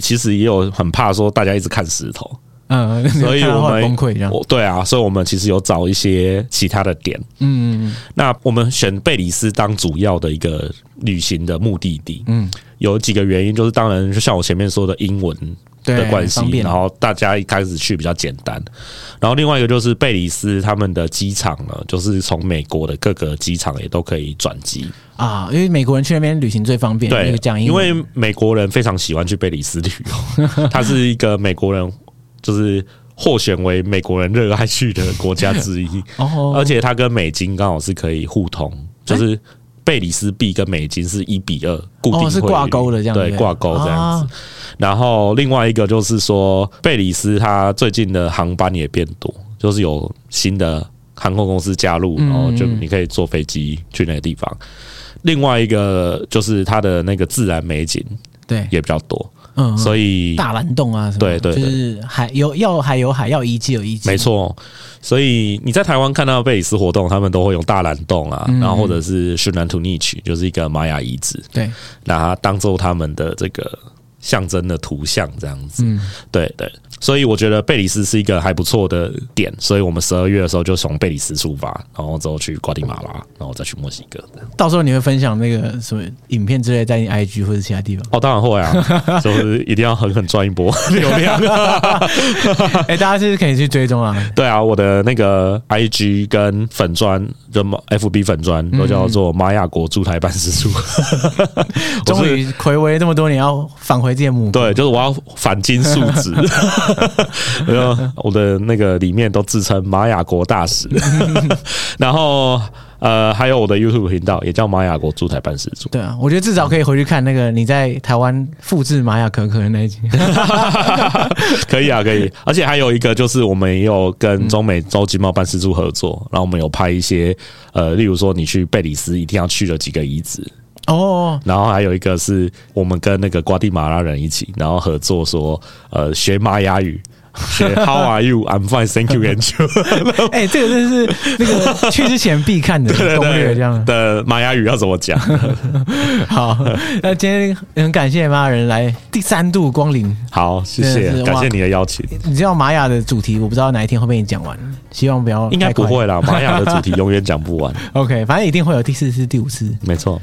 Speaker 2: 其实也有很怕说大家一直看石头，
Speaker 1: 嗯，
Speaker 2: 所以
Speaker 1: 看到
Speaker 2: 我
Speaker 1: 会
Speaker 2: 们
Speaker 1: 崩溃这样。
Speaker 2: 我对啊，所以我们其实有找一些其他的点。
Speaker 1: 嗯嗯
Speaker 2: 那我们选贝里斯当主要的一个旅行的目的地，
Speaker 1: 嗯，
Speaker 2: 有几个原因，就是当然就像我前面说的英文的
Speaker 1: 对
Speaker 2: 关
Speaker 1: 方
Speaker 2: 系，
Speaker 1: 便
Speaker 2: 然后大家一开始去比较简单。然后另外一个就是贝里斯他们的机场呢，就是从美国的各个机场也都可以转机。
Speaker 1: 啊，因为美国人去那边旅行最方便，那
Speaker 2: 对
Speaker 1: 个讲，英
Speaker 2: 因
Speaker 1: 文
Speaker 2: 为美国人非常喜欢去贝里斯旅 游，它是一个美国人就是获选为美国人热爱去的国家之一，
Speaker 1: 哦，哎
Speaker 2: 而且它跟美金刚好是可以互通，就是。贝里斯币跟美金是一比二固定汇率、
Speaker 1: 哦是挂钩的这样
Speaker 2: 对，
Speaker 1: 对
Speaker 2: 挂钩这样子。
Speaker 1: 啊
Speaker 2: 然后另外一个就是说，贝里斯它最近的航班也变多，就是有新的航空公司加入，
Speaker 1: 嗯
Speaker 2: 然后就你可以坐飞机去那个地方。另外一个就是它的那个自然美景
Speaker 1: 对，
Speaker 2: 也比较多，
Speaker 1: 嗯，
Speaker 2: 所以
Speaker 1: 大蓝洞啊什么，
Speaker 2: 对对对
Speaker 1: 就是海有要海有海，要遗迹有遗迹，
Speaker 2: 没。错，所以你在台湾看到贝里斯活动，他们都会用大蓝洞啊，
Speaker 1: 嗯
Speaker 2: 然后或者是寻南图尼曲，就是一个玛雅遗址，
Speaker 1: 对，
Speaker 2: 拿它当做他们的这个象征的图像这样子。
Speaker 1: 嗯，
Speaker 2: 对对，所以我觉得贝里斯是一个还不错的点，所以我们十二月的时候就从贝里斯出发，然后之后去瓜地马拉，然后再去墨西哥。
Speaker 1: 到时候你会分享那个什么影片之类，在你 IG 或者其他地方。
Speaker 2: 哦，当然会 啊，就是一定要狠狠赚一波流量。
Speaker 1: 哎、大家是可以去追踪啊。
Speaker 2: 对啊，我的那个 I G 跟粉砖，就 F B 粉砖都叫做玛雅国驻台办事处。我
Speaker 1: 终
Speaker 2: 是
Speaker 1: 于暌违这么多年，要返回自己的母国
Speaker 2: 对，就是我要反金数值。我就我的那个里面都自称玛雅国大使，然后呃，还有我的 YouTube 频道也叫玛雅国驻台办事处。
Speaker 1: 对啊，我觉得至少可以回去看那个你在台湾复制玛雅可可的那一 集。
Speaker 2: 可以啊，可以。而且还有一个就是，我们也有跟中美洲经贸办事处合作，然后我们有拍一些呃，例如说你去贝里斯一定要去的几个遗址，
Speaker 1: 哦，
Speaker 2: 然后还有一个是我们跟那个瓜地马拉人一起，然后合作说，呃，学玛雅语，学 How are you? I'm fine, thank you and you
Speaker 1: 哎、这个真的是那个去之前必看的
Speaker 2: 对。
Speaker 1: 攻略，这样
Speaker 2: 的玛雅语要怎么讲？
Speaker 1: 好。那今天很感谢玛雅人来第三度光临。
Speaker 2: 好，谢
Speaker 1: 真的
Speaker 2: 谢，
Speaker 1: 是
Speaker 2: 感
Speaker 1: 哇
Speaker 2: 谢你的邀请。
Speaker 1: 你知道玛雅的主题，我不知道哪一天会被你讲完，希望不要
Speaker 2: 应该
Speaker 1: 太
Speaker 2: 不
Speaker 1: 快。
Speaker 2: 会啦，玛雅的主题永远讲不完。
Speaker 1: OK，反正一定会有第四次、第五次。
Speaker 2: 没错，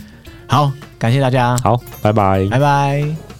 Speaker 1: 好，感谢大家，
Speaker 2: 好，拜拜。
Speaker 1: 拜拜。